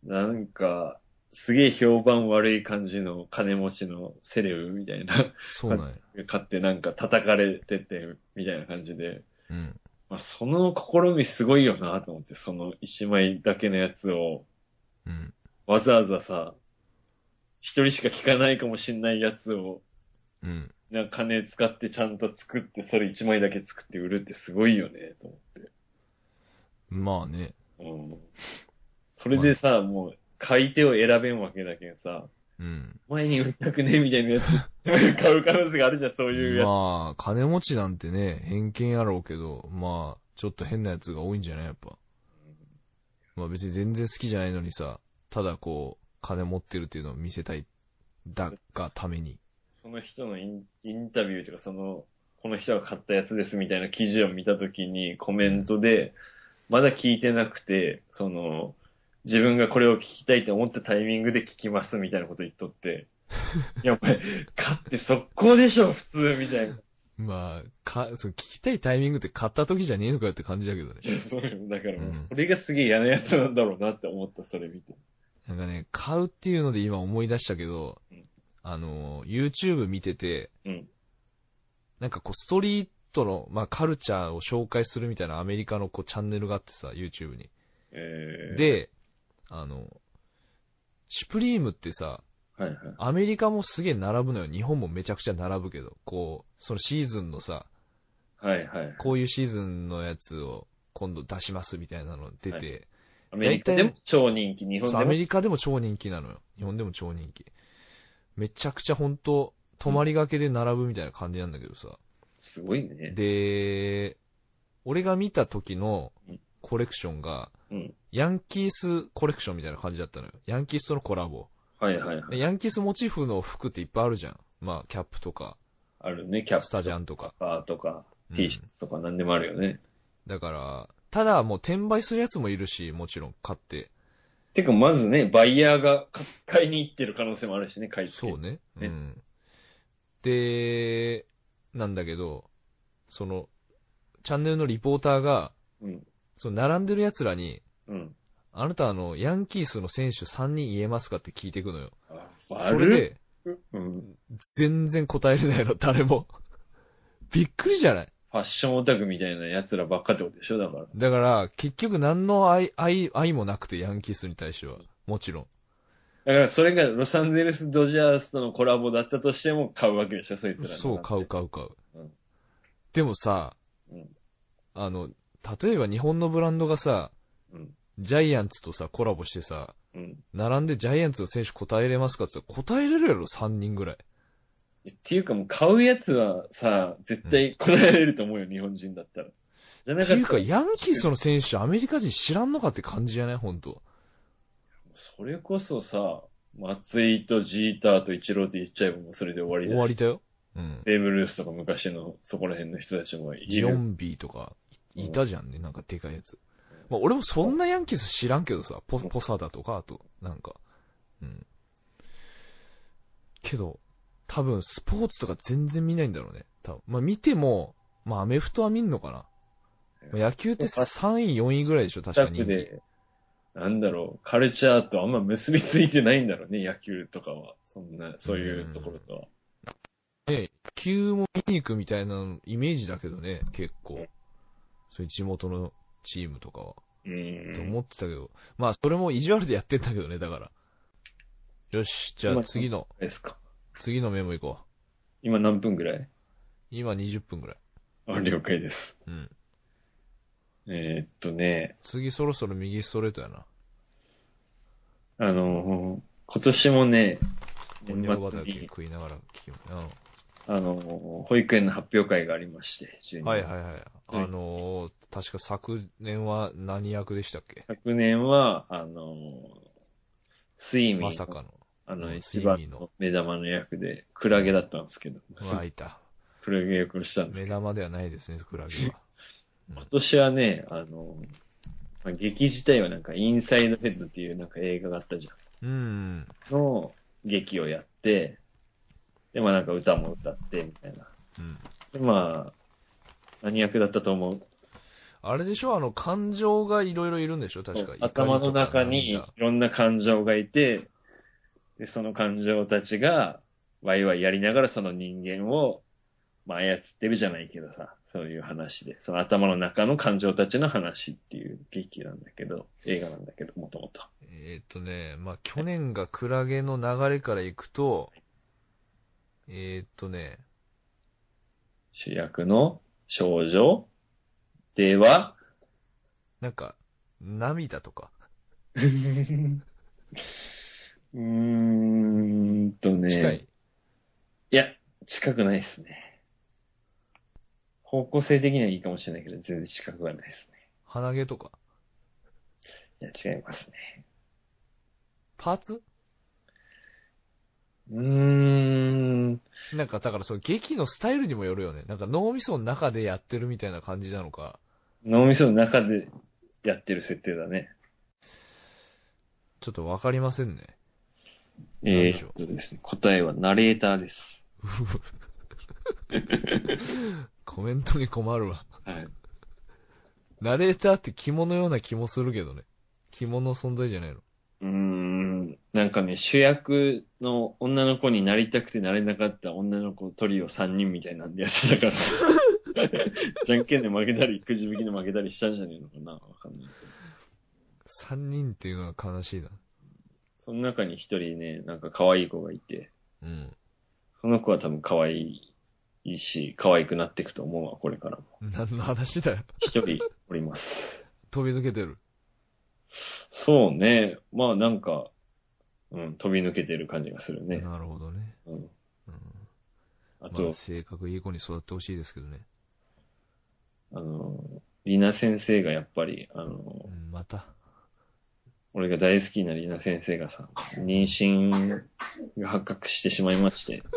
[SPEAKER 3] なんか、すげえ評判悪い感じの金持ちのセレブみたいな、
[SPEAKER 1] そうなんや。
[SPEAKER 3] 買ってなんか叩かれてて、みたいな感じで、
[SPEAKER 1] うん。
[SPEAKER 3] まあ、その試みすごいよなと思って、その1枚だけのやつを、
[SPEAKER 1] うん。
[SPEAKER 3] わざわざさ、一人しか聞かないかもしんないやつを、
[SPEAKER 1] うん。
[SPEAKER 3] なんか金使ってちゃんと作って、それ一枚だけ作って売るってすごいよね、と
[SPEAKER 1] まあね。
[SPEAKER 3] 思って。うん。それでさ、もう、買い手を選べんわけだけどさ、
[SPEAKER 1] うん。
[SPEAKER 3] 前に売りたくね、みたいなやつ、 買う可能性があるじゃん、そういうやつ。
[SPEAKER 1] まあ、金持ちなんてね、偏見やろうけど、まあ、ちょっと変なやつが多いんじゃないやっぱ。まあ別に全然好きじゃないのにさ、ただこう、金持ってるっていうのを見せたい、だがために。
[SPEAKER 3] その人のインインタビューとか、その、この人が買ったやつですみたいな記事を見たときにコメントで、まだ聞いてなくて、その、自分がこれを聞きたいと思ったタイミングで聞きます みたいなこと言っとって、いやっぱり、買って速攻でしょ、普通、みたいな。
[SPEAKER 1] まあ、か、その聞きたいタイミングって買った時じゃねえのかよって感じだけどね。
[SPEAKER 3] いや、そうよ。だからもう
[SPEAKER 1] うん
[SPEAKER 3] それがすげえ嫌なやつなんだろうなって思った、それ見て。
[SPEAKER 1] なんかね、買うっていうので今思い出したけど
[SPEAKER 3] うん、
[SPEAKER 1] あの、YouTube 見てて、
[SPEAKER 3] うん
[SPEAKER 1] なんかこう、ストリートの、まあ、カルチャーを紹介するみたいなアメリカのこう、チャンネルがあってさ、YouTube に。
[SPEAKER 3] えー、、
[SPEAKER 1] で、あの、シュプリームってさ、
[SPEAKER 3] はいはい。
[SPEAKER 1] アメリカもすげえ並ぶのよ。日本もめちゃくちゃ並ぶけど、こう、そのシーズンのさ、
[SPEAKER 3] はいはい。
[SPEAKER 1] こういうシーズンのやつを今度出しますみたいなの出て、
[SPEAKER 3] アメリカでも超人気、日本
[SPEAKER 1] そ
[SPEAKER 3] で
[SPEAKER 1] うア
[SPEAKER 3] も
[SPEAKER 1] メリカでも超人気なのよ。日本でも超人気。めちゃくちゃ本当泊まりがけで並ぶみたいな感じなんだけどさ。
[SPEAKER 3] すごいね。
[SPEAKER 1] で、俺が見た時の
[SPEAKER 3] うん
[SPEAKER 1] コレクションが、
[SPEAKER 3] うん。
[SPEAKER 1] ヤンキースコレクションみたいな感じだったのよ。ヤンキースとのコラボ。
[SPEAKER 3] はいはいは
[SPEAKER 1] で
[SPEAKER 3] い。
[SPEAKER 1] ヤンキースモチーフの服っていっぱいあるじゃん。まあ、キャップとか、
[SPEAKER 3] あるね、キャプ
[SPEAKER 1] スタジ
[SPEAKER 3] ン。
[SPEAKER 1] ャンとか。
[SPEAKER 3] バーとか、
[SPEAKER 1] うん
[SPEAKER 3] T シャツとか何でもあるよね。
[SPEAKER 1] だから、ただもう転売するやつもいるし、もちろん買って。
[SPEAKER 3] てか、まずね、バイヤーが買 買いに行ってる可能性もあるしね、買い付け
[SPEAKER 1] そうね。う
[SPEAKER 3] ね
[SPEAKER 1] ん。で、なんだけど、その、チャンネルのリポーターが、
[SPEAKER 3] うん。
[SPEAKER 1] その並んでる奴らに、
[SPEAKER 3] うん。
[SPEAKER 1] あなたあの、ヤンキースの選手3人言えますかって聞いていくのよ。
[SPEAKER 3] あ、バル
[SPEAKER 1] それ、で、
[SPEAKER 3] うん。
[SPEAKER 1] 全然答えれないの、誰も。びっくりじゃない
[SPEAKER 3] ファッションオタクみたいな奴らばっかってことでしょ、だから。
[SPEAKER 1] だから、結局何の愛、愛、愛もなくて、ヤンキースに対しては。もちろん。
[SPEAKER 3] だから、それがロサンゼルス・ドジャースとのコラボだったとしても買うわけでしょ、そいつら。
[SPEAKER 1] そう、買う。買う買う。
[SPEAKER 3] うん
[SPEAKER 1] でもさ、
[SPEAKER 3] うん。
[SPEAKER 1] あの、例えば日本のブランドがさ、
[SPEAKER 3] うん。
[SPEAKER 1] ジャイアンツとさ、コラボしてさ、
[SPEAKER 3] うん。
[SPEAKER 1] 並んでジャイアンツの選手答えれますかって言ったら答えれるやろ、3人ぐらい。
[SPEAKER 3] っていうかもう買うやつはさ、絶対答えれると思うよ、日本人だったら。じゃ
[SPEAKER 1] っ
[SPEAKER 3] な
[SPEAKER 1] て
[SPEAKER 3] かっ
[SPEAKER 1] いう
[SPEAKER 3] た
[SPEAKER 1] か、
[SPEAKER 3] ら、
[SPEAKER 1] ヤンキースの選手、アメリカ人知らんのかって感じじゃない本当
[SPEAKER 3] それこそさ、松井とジーターとイチローって言っちゃえばもうそれで終わり
[SPEAKER 1] 終
[SPEAKER 3] だし
[SPEAKER 1] わりだよ。うん。
[SPEAKER 3] ベーブ・ルースとか昔のそこら辺の人たちもい
[SPEAKER 1] ジ
[SPEAKER 3] る
[SPEAKER 1] オ。ンビーとか、いいたじゃんね、なんかでかいやつ。まあ、俺もそんなヤンキース知らんけどさ、ポポサダとか、あと、なんか。うん。けど、多分、スポーツとか全然見ないんだろうね。多分。まあ、見ても、まあ、アメフトは見んのかな。まあ野球って3位、4位ぐらいでしょ、確かに
[SPEAKER 3] 近く。で、なんだろう、カルチャーとあんま結びついてないんだろうね、野球とかは。そんな、そういうところとは。
[SPEAKER 1] 球も見に行くみたいなイメージだけどね、結構。そういう地元のチームとかは。
[SPEAKER 3] う
[SPEAKER 1] と
[SPEAKER 3] ん。
[SPEAKER 1] 思ってたけど。まあ、それも意地悪でやってんだけどね、だから。よし、じゃあ次の、
[SPEAKER 3] ですか。
[SPEAKER 1] 次のメモ行こう。
[SPEAKER 3] 今何分ぐらい
[SPEAKER 1] 今20分ぐらい。
[SPEAKER 3] あ、了解です。
[SPEAKER 1] うん。
[SPEAKER 3] えーっとね、
[SPEAKER 1] 次そろそろ右ストレートやな。
[SPEAKER 3] あのー今年もね、
[SPEAKER 1] こんにゃく
[SPEAKER 3] 年
[SPEAKER 1] バター
[SPEAKER 3] 末
[SPEAKER 1] だけ
[SPEAKER 3] に、
[SPEAKER 1] 食いながら聞きよう
[SPEAKER 3] あのー保育園の発表会がありまして、12
[SPEAKER 1] ん。はい
[SPEAKER 3] い。
[SPEAKER 1] はいはい。あのー、確か昨年は何役でしたっけ
[SPEAKER 3] 昨年は、あのースイミー。
[SPEAKER 1] まさかの。
[SPEAKER 3] あ
[SPEAKER 1] う
[SPEAKER 3] の、
[SPEAKER 1] ん
[SPEAKER 3] 一
[SPEAKER 1] スイ
[SPEAKER 3] 番
[SPEAKER 1] ミーの
[SPEAKER 3] の目玉の役で、クラゲだったんですけど、
[SPEAKER 1] 湧いた。
[SPEAKER 3] クラゲ役をしたんです
[SPEAKER 1] 目
[SPEAKER 3] けど、
[SPEAKER 1] 玉ではないですね、クラゲは。
[SPEAKER 3] 今年はね、あの、まあ、劇自体はなんか、インサイドヘッドっていうなんか映画があったじゃ
[SPEAKER 1] うん。
[SPEAKER 3] ん。の劇をやって、で、まあなんか歌も歌って、みたいな。
[SPEAKER 1] うん。
[SPEAKER 3] で、まあ、何役だったと思う
[SPEAKER 1] あれでしょあの、感情がいろいろいるんでしょ確か。
[SPEAKER 3] 頭の中
[SPEAKER 1] 怒り
[SPEAKER 3] にい
[SPEAKER 1] とか
[SPEAKER 3] ろんな感情がいて、で、その感情たちが、ワイワイやりながらその人間を、まあ、操ってるじゃないけどさ、そういう話で、その頭の中の感情たちの話っていう劇なんだけど、映画なんだけど、もともと。
[SPEAKER 1] 涙えーっとね、まあ、去年がクラゲの流れからいくと、えーっとね、
[SPEAKER 3] 主役の少女では、
[SPEAKER 1] なんか、涙とか、
[SPEAKER 3] うーんとね、
[SPEAKER 1] 近い。
[SPEAKER 3] いや、近くないですね。方向性的にはいいかもしれないけど、全然近くはないです
[SPEAKER 1] 鼻毛とか、
[SPEAKER 3] ね。いや、違いますね。
[SPEAKER 1] パーツ
[SPEAKER 3] うーん。
[SPEAKER 1] なんか、だからその劇のスタイルにもよるよね。なんか脳みその中でやってるみたいな感じなのか、
[SPEAKER 3] 脳みその中でやってる設定だね。
[SPEAKER 1] ちょっとわかりませんね。
[SPEAKER 3] え
[SPEAKER 1] なんでし
[SPEAKER 3] ー
[SPEAKER 1] ょ
[SPEAKER 3] っ
[SPEAKER 1] う
[SPEAKER 3] とですね、答えはナレーターです。
[SPEAKER 1] コメントに困るわ。
[SPEAKER 3] はい。
[SPEAKER 1] ナレーターって肝のような気もするけどね。肝の存在じゃないの。
[SPEAKER 3] うーん。なんかね、主役の女の子になりたくてなれなかった女の子トリオ3人みたいなんでやってた から。じゃんけんで負けたり、くじ引きで負けたりしたんじゃねえのかなわかんない。
[SPEAKER 1] 3人っていうのは悲しいな。
[SPEAKER 3] その中に一人ね、なんか可愛い子がいて、
[SPEAKER 1] うん。
[SPEAKER 3] その子は多分可愛いし、可愛くなっていくと思うわ、これからも。
[SPEAKER 1] 何の話だよ。
[SPEAKER 3] 一人おります。
[SPEAKER 1] 飛び抜けてる。
[SPEAKER 3] そうね。まあなんか、うん、飛び抜けてる感じがするね。
[SPEAKER 1] なるほどね。
[SPEAKER 3] うん、
[SPEAKER 1] うん、
[SPEAKER 3] あ
[SPEAKER 1] ま
[SPEAKER 3] と
[SPEAKER 1] あ、、性格いい子に育ってほしいですけどね。
[SPEAKER 3] あの、リナ先生がやっぱり、あの
[SPEAKER 1] う、ん、また。
[SPEAKER 3] 俺が大好きなリナ先生がさ、妊娠が発覚してしまいま して。ま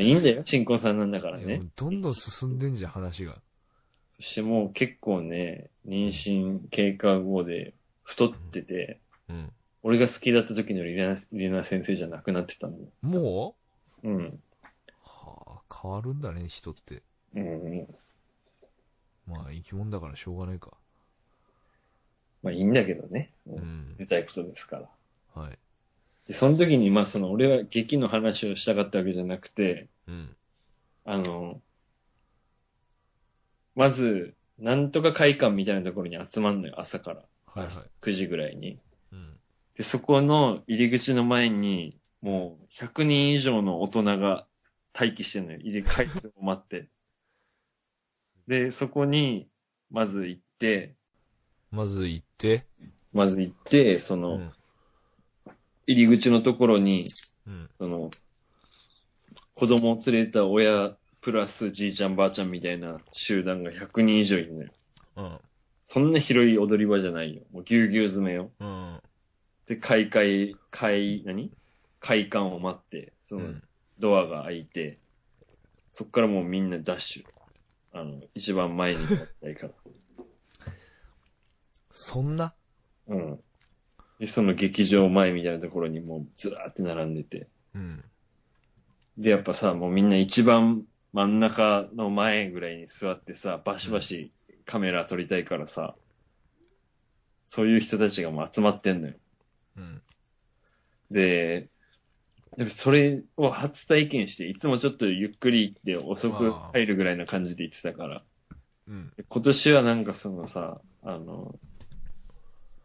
[SPEAKER 3] あいいんだよ、新婚さんなんだから
[SPEAKER 1] いや
[SPEAKER 3] ね
[SPEAKER 1] も。うどんどん進んでんじゃん、話が。
[SPEAKER 3] そしてもう結構ね、妊娠経過後で太ってて、
[SPEAKER 1] うん。
[SPEAKER 3] 俺が好きだった時のリナリナ先生じゃなくなってたの。
[SPEAKER 1] も
[SPEAKER 3] うん。
[SPEAKER 1] うはあ、変わるんだね、人って。
[SPEAKER 3] うん。
[SPEAKER 1] まあ、生き物だからしょうがないか。
[SPEAKER 3] まあいいんだけどね。う、
[SPEAKER 1] うんん。
[SPEAKER 3] 出たいことですから。
[SPEAKER 1] はい。
[SPEAKER 3] で、その時に、まあその俺は劇の話をしたかったわけじゃなくて、
[SPEAKER 1] うん。
[SPEAKER 3] あの、まず、なんとか会館みたいなところに集まるのよ、朝から。
[SPEAKER 1] はいはい。
[SPEAKER 3] 9時ぐらいに。
[SPEAKER 1] うん。
[SPEAKER 3] で、そこの入り口の前に、もう100人以上の大人が待機してるのよ。入り会場を待 って。で、そこに、まず行って、
[SPEAKER 1] まず行って。
[SPEAKER 3] まず行って、そうの、
[SPEAKER 1] ん。
[SPEAKER 3] 入り口のところに、
[SPEAKER 1] うん。
[SPEAKER 3] その、子供を連れた親、プラスじいちゃんばあちゃんみたいな集団が100人以上いるのよ。
[SPEAKER 1] うん。
[SPEAKER 3] そんな広い踊り場じゃないよ。もうぎゅうぎゅう詰めよ。
[SPEAKER 1] うん。
[SPEAKER 3] で、開会、開、何開館を待って、そうの
[SPEAKER 1] ん。
[SPEAKER 3] ドアが開いて、そっからもうみんなダッシュ。あの、一番前に立ちたいから。
[SPEAKER 1] そんな
[SPEAKER 3] うん。で、その劇場前みたいなところにもうずらーって並んでて。
[SPEAKER 1] うん。
[SPEAKER 3] で、やっぱさ、もうみんな一番真ん中の前ぐらいに座ってさ、バシバシカメラ撮りたいからさ、そういう人たちがもう集まってんのよ。
[SPEAKER 1] うん。
[SPEAKER 3] で、やっぱそれを初体験して、いつもちょっとゆっくり行って遅く入るぐらいな感じで行ってたから、
[SPEAKER 1] うん。
[SPEAKER 3] 今年はなんかそのさ、あの、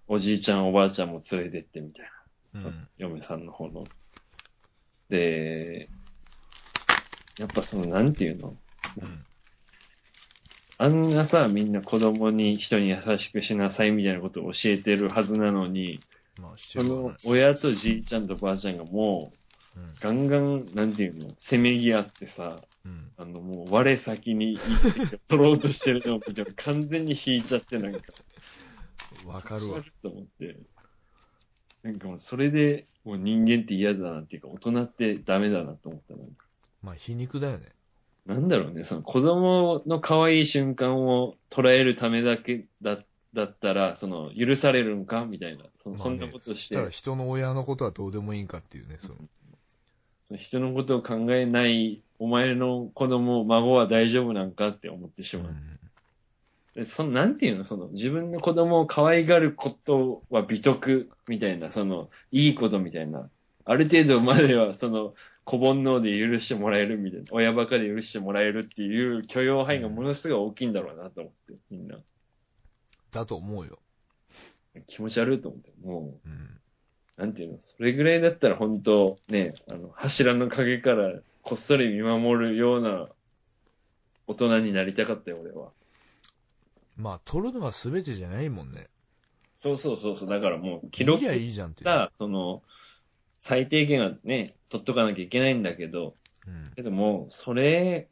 [SPEAKER 3] おじいちゃんおばあちゃんも連れてってみたいな、その嫁さんの方の。で、やっぱその、なんていうの
[SPEAKER 1] うん。
[SPEAKER 3] あんなさ、みんな子供に人に優しくしなさいみたいなことを教えてるはずなのに、
[SPEAKER 1] まあ、して
[SPEAKER 3] そ
[SPEAKER 1] るわ
[SPEAKER 3] の
[SPEAKER 1] ね。
[SPEAKER 3] 親とじいちゃんとばあちゃんがもう、
[SPEAKER 1] うん。
[SPEAKER 3] ガンガン、なんていうの、せめぎ合ってさ、
[SPEAKER 1] うん。
[SPEAKER 3] あの、もう、我先に一滴を取ろうとしてるのを見て、完全に引いちゃって、なんか、
[SPEAKER 1] わかるわ。
[SPEAKER 3] と思って。なんかもう、それで、もう人間って嫌だなっていうか、大人ってダメだなと思ったなんか
[SPEAKER 1] まあ、皮肉だよね。
[SPEAKER 3] なんだろうね、その子供の可愛い瞬間を捉えるためだけだ、だったら、その、許されるんかみたいな。その、
[SPEAKER 1] まあね
[SPEAKER 3] そんなことし、
[SPEAKER 1] してたら人の親のことはどうでもいいんかっていうね、その。
[SPEAKER 3] その人のことを考えない、お前の子供、孫は大丈夫なんかって思ってしまう。
[SPEAKER 1] うん
[SPEAKER 3] でその、なんていうのその、自分の子供を可愛がることは美徳みたいな、その、いいことみたいな。ある程度までは、その、小煩悩で許してもらえるみたいな、親バカで許してもらえるっていう許容範囲がものすごい大きいんだろうなと思って、みんな。
[SPEAKER 1] だと思うよ。
[SPEAKER 3] 気持ち悪いと思って、も
[SPEAKER 1] うん。
[SPEAKER 3] う、なんていうの、それぐらいだったら本当、ね、あの、柱の陰からこっそり見守るような大人になりたかったよ、俺は。
[SPEAKER 1] まあ、取るのが全てじゃないもんね。
[SPEAKER 3] そうそうそうそう、だからもう、記
[SPEAKER 1] 見
[SPEAKER 3] 録
[SPEAKER 1] りゃいいじゃんっていう。
[SPEAKER 3] さ、その、最低限はね、取っとかなきゃいけないんだけど、
[SPEAKER 1] うん。
[SPEAKER 3] けども、それ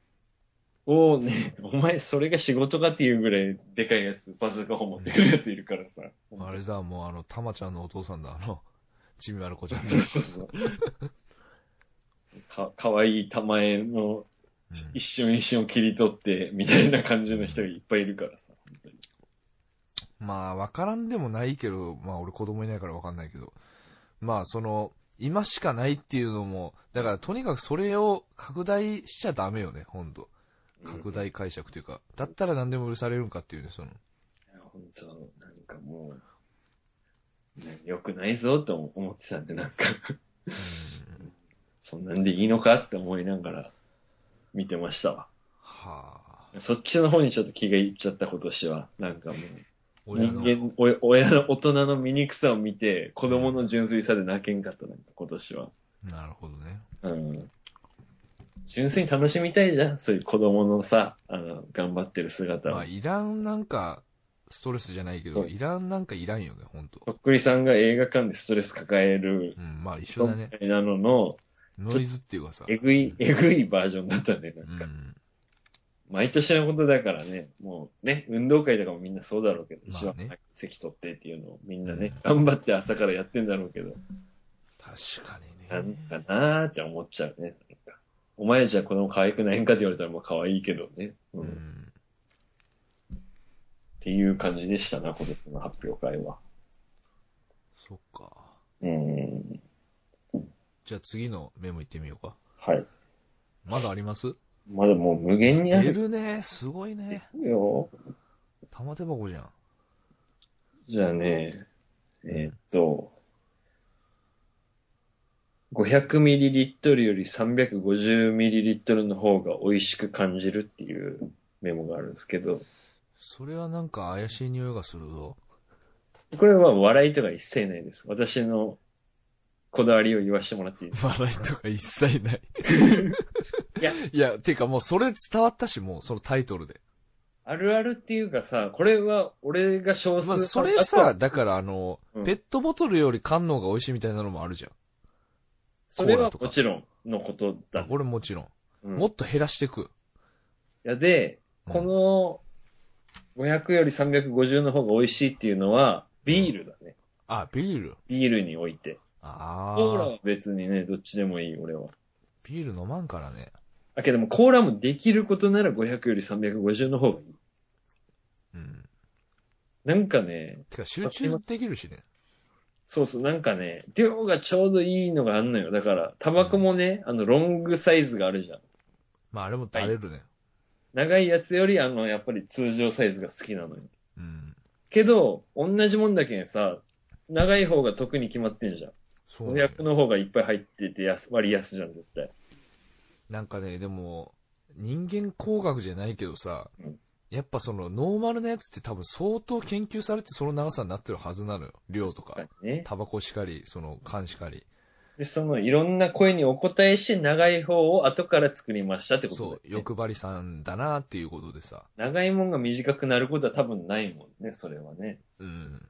[SPEAKER 3] をね、 お前それが仕事かっていうぐらいでかいやつ、バズーカ砲持ってくるやついるからさ。
[SPEAKER 1] あれだ、もうあの、たまちゃんのお父さんだ、あの、 ちびまる子ちゃんだ。
[SPEAKER 3] そうそう そう。か、かわいい玉絵の
[SPEAKER 1] うん
[SPEAKER 3] 一瞬一瞬を切り取って、みたいな感じの人がいっぱいいるからさ。本当に
[SPEAKER 1] まあ、わからんでもないけど、まあ、俺子供いないからわかんないけど、まあ、その、今しかないっていうのも、だからとにかくそれを拡大しちゃダメよね、ほんと。拡大解釈というか、だったら何でも許されるんかっていうね、その。
[SPEAKER 3] いや本当なんかもう、ね良くないぞと思ってたんで、なんか、
[SPEAKER 1] うん
[SPEAKER 3] そんなんでいいのかって思いながら見てましたわ。
[SPEAKER 1] はあ。
[SPEAKER 3] そっちの方にちょっと気がいっちゃった今年は。なんかもう、
[SPEAKER 1] 親
[SPEAKER 3] 人
[SPEAKER 1] の。
[SPEAKER 3] 間、お親の大人の醜さを見て、子供の純粋さで泣けんかった、なんか今年は。
[SPEAKER 1] なるほどね。
[SPEAKER 3] うん。純粋に楽しみたいじゃんそういう子供のさ、あの、頑張ってる姿を。
[SPEAKER 1] まあ、いらんなんか、ストレスじゃないけど、
[SPEAKER 3] うん
[SPEAKER 1] いらんなんかいらんよね、ほんと。
[SPEAKER 3] とっくりさんが映画館でストレス抱える
[SPEAKER 1] うん、まあ一緒
[SPEAKER 3] み
[SPEAKER 1] だね。
[SPEAKER 3] たいなのの、
[SPEAKER 1] ノイズっていうかさ。
[SPEAKER 3] えぐい、えぐいバージョンだったね。な
[SPEAKER 1] うん
[SPEAKER 3] か、
[SPEAKER 1] ん。
[SPEAKER 3] 毎年のことだからね、もうね、運動会とかもみんなそうだろうけど、
[SPEAKER 1] まあ
[SPEAKER 3] 一
[SPEAKER 1] ね
[SPEAKER 3] 番早く席取ってっていうのをみんなね、頑張って朝からやってんだろうけど、
[SPEAKER 1] 確か
[SPEAKER 3] なん
[SPEAKER 1] に
[SPEAKER 3] か
[SPEAKER 1] ね。
[SPEAKER 3] なーって思っちゃうね。なんかお前じゃ子供可愛くないんかって言われたらもう可愛いけどね。うん
[SPEAKER 1] う
[SPEAKER 3] っ
[SPEAKER 1] ん。
[SPEAKER 3] ていう感じでしたな、今年の発表会は。
[SPEAKER 1] そっか。
[SPEAKER 3] うん。
[SPEAKER 1] じゃあ次のメモ行ってみようか。
[SPEAKER 3] はい。
[SPEAKER 1] まだあります
[SPEAKER 3] まだもう無限にあ
[SPEAKER 1] 出
[SPEAKER 3] る
[SPEAKER 1] るね。すごいね。
[SPEAKER 3] よ。
[SPEAKER 1] 玉手箱じゃん。
[SPEAKER 3] じゃあね、えーっと、500ml より 350ml の方が美味しく感じるっていうメモがあるんですけど、
[SPEAKER 1] それはなんか怪しい匂いがするぞ。
[SPEAKER 3] これは笑いとか一切ないです。私のこだわりを言わせてもらっていいですか
[SPEAKER 1] 笑いとか一切ない。
[SPEAKER 3] いや、
[SPEAKER 1] いや、てかもうそれ伝わったし、もうそのタイトルで。
[SPEAKER 3] あるあるっていうかさ、これは俺が少数
[SPEAKER 1] まあ
[SPEAKER 3] 派
[SPEAKER 1] それさ、、だからあの、
[SPEAKER 3] うん
[SPEAKER 1] ペットボトルより缶の方が美味しいみたいなのもあるじゃん。
[SPEAKER 3] それ
[SPEAKER 1] コー
[SPEAKER 3] は
[SPEAKER 1] ラとか
[SPEAKER 3] もちろんのことだ。
[SPEAKER 1] これもちろん。
[SPEAKER 3] うん
[SPEAKER 1] もっと減らしていく。
[SPEAKER 3] いや、で、
[SPEAKER 1] うん
[SPEAKER 3] この500より350の方が美味しいっていうのは、ビールだね。
[SPEAKER 1] あ、ビール。
[SPEAKER 3] ビールにおいて。
[SPEAKER 1] あ
[SPEAKER 3] コーラ
[SPEAKER 1] ー
[SPEAKER 3] は別にね、どっちでもいい、俺は。
[SPEAKER 1] ビール飲まんからね。
[SPEAKER 3] あ、けどもコーラもできることなら500より350の方がいい。
[SPEAKER 1] うん。
[SPEAKER 3] なんかね、
[SPEAKER 1] てか集中できるしね。
[SPEAKER 3] そうそう、なんかね、量がちょうどいいのがあんのよ。だから、タバコもね、あの、ロングサイズがあるじゃん。
[SPEAKER 1] まああれも垂れるね。
[SPEAKER 3] 長いやつより、あの、やっぱり通常サイズが好きなのよ。
[SPEAKER 1] うん。
[SPEAKER 3] けど、同じもんだけんさ、長い方が特に決まってんじゃん。
[SPEAKER 1] そうなんだよ
[SPEAKER 3] 500の方がいっぱい入ってて安割安じゃん、絶対。
[SPEAKER 1] なんかね、でも、人間工学じゃないけどさ、
[SPEAKER 3] うん
[SPEAKER 1] やっぱそのノーマルなやつって多分相当研究されてその長さになってるはずなのよ。量とか。
[SPEAKER 3] 確にね。
[SPEAKER 1] タバコしかり、その缶しかり。
[SPEAKER 3] で、そのいろんな声にお答えして長い方を後から作りましたってことだ
[SPEAKER 1] そ
[SPEAKER 3] よ
[SPEAKER 1] う、
[SPEAKER 3] ね。
[SPEAKER 1] 欲張りさんだなっていうことでさ。
[SPEAKER 3] 長いもんが短くなることは多分ないもんね、それはね。
[SPEAKER 1] うん。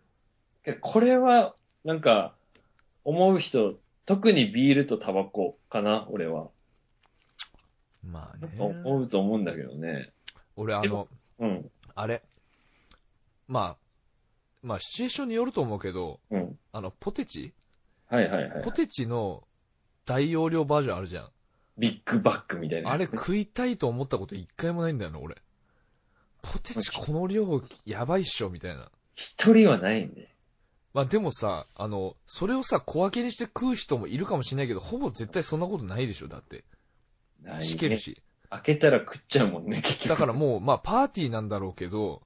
[SPEAKER 3] けどこれは、なんか、思う人、特にビールとタバコかな、俺は。
[SPEAKER 1] まあね。
[SPEAKER 3] 思うと思うんだけどね。
[SPEAKER 1] 俺あ
[SPEAKER 3] で
[SPEAKER 1] の
[SPEAKER 3] も、うん、
[SPEAKER 1] あれ。まあ、まあシチュエーションによると思うけど、
[SPEAKER 3] うん。
[SPEAKER 1] あの、ポテチ
[SPEAKER 3] はいはいはい
[SPEAKER 1] ポ。テチの大容量バージョンあるじゃん。
[SPEAKER 3] ビッグバッグみたいな
[SPEAKER 1] あ
[SPEAKER 3] やつ
[SPEAKER 1] れ
[SPEAKER 3] ね。
[SPEAKER 1] 食いたいと思ったこと一回もないんだよな、俺。ポテチこの量やばいっしょ、みたいな。
[SPEAKER 3] 一人はないね。
[SPEAKER 1] まあでもさ、あの、それをさ、小分けにして食う人もいるかもしれないけど、ほぼ絶対そんなことないでしょ、だって。
[SPEAKER 3] ないね
[SPEAKER 1] しけるし。
[SPEAKER 3] 開けたら食っちゃうもんね、結局。
[SPEAKER 1] だからもう、まあパーティーなんだろうけど、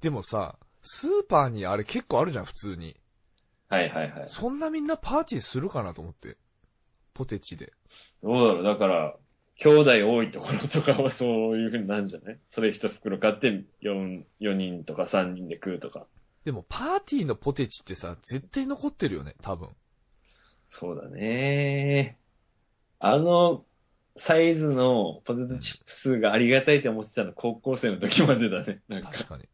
[SPEAKER 1] でもさ、スーパーにあれ結構あるじゃん、普通に。
[SPEAKER 3] はいはいはい。
[SPEAKER 1] そんなみんなパーティーするかなと思って。ポテチで。
[SPEAKER 3] どうだろう、だから、兄弟多いところとかはそういう風になるんじゃない それ一袋買って4、4人とか3人で食うとか。
[SPEAKER 1] でもパーティーのポテチってさ、絶対残ってるよね、多分。
[SPEAKER 3] そうだね。あの、サイズのポテトチップスがありがたいと思ってたの高校生の時までだ ね。なんか、
[SPEAKER 1] 確かに。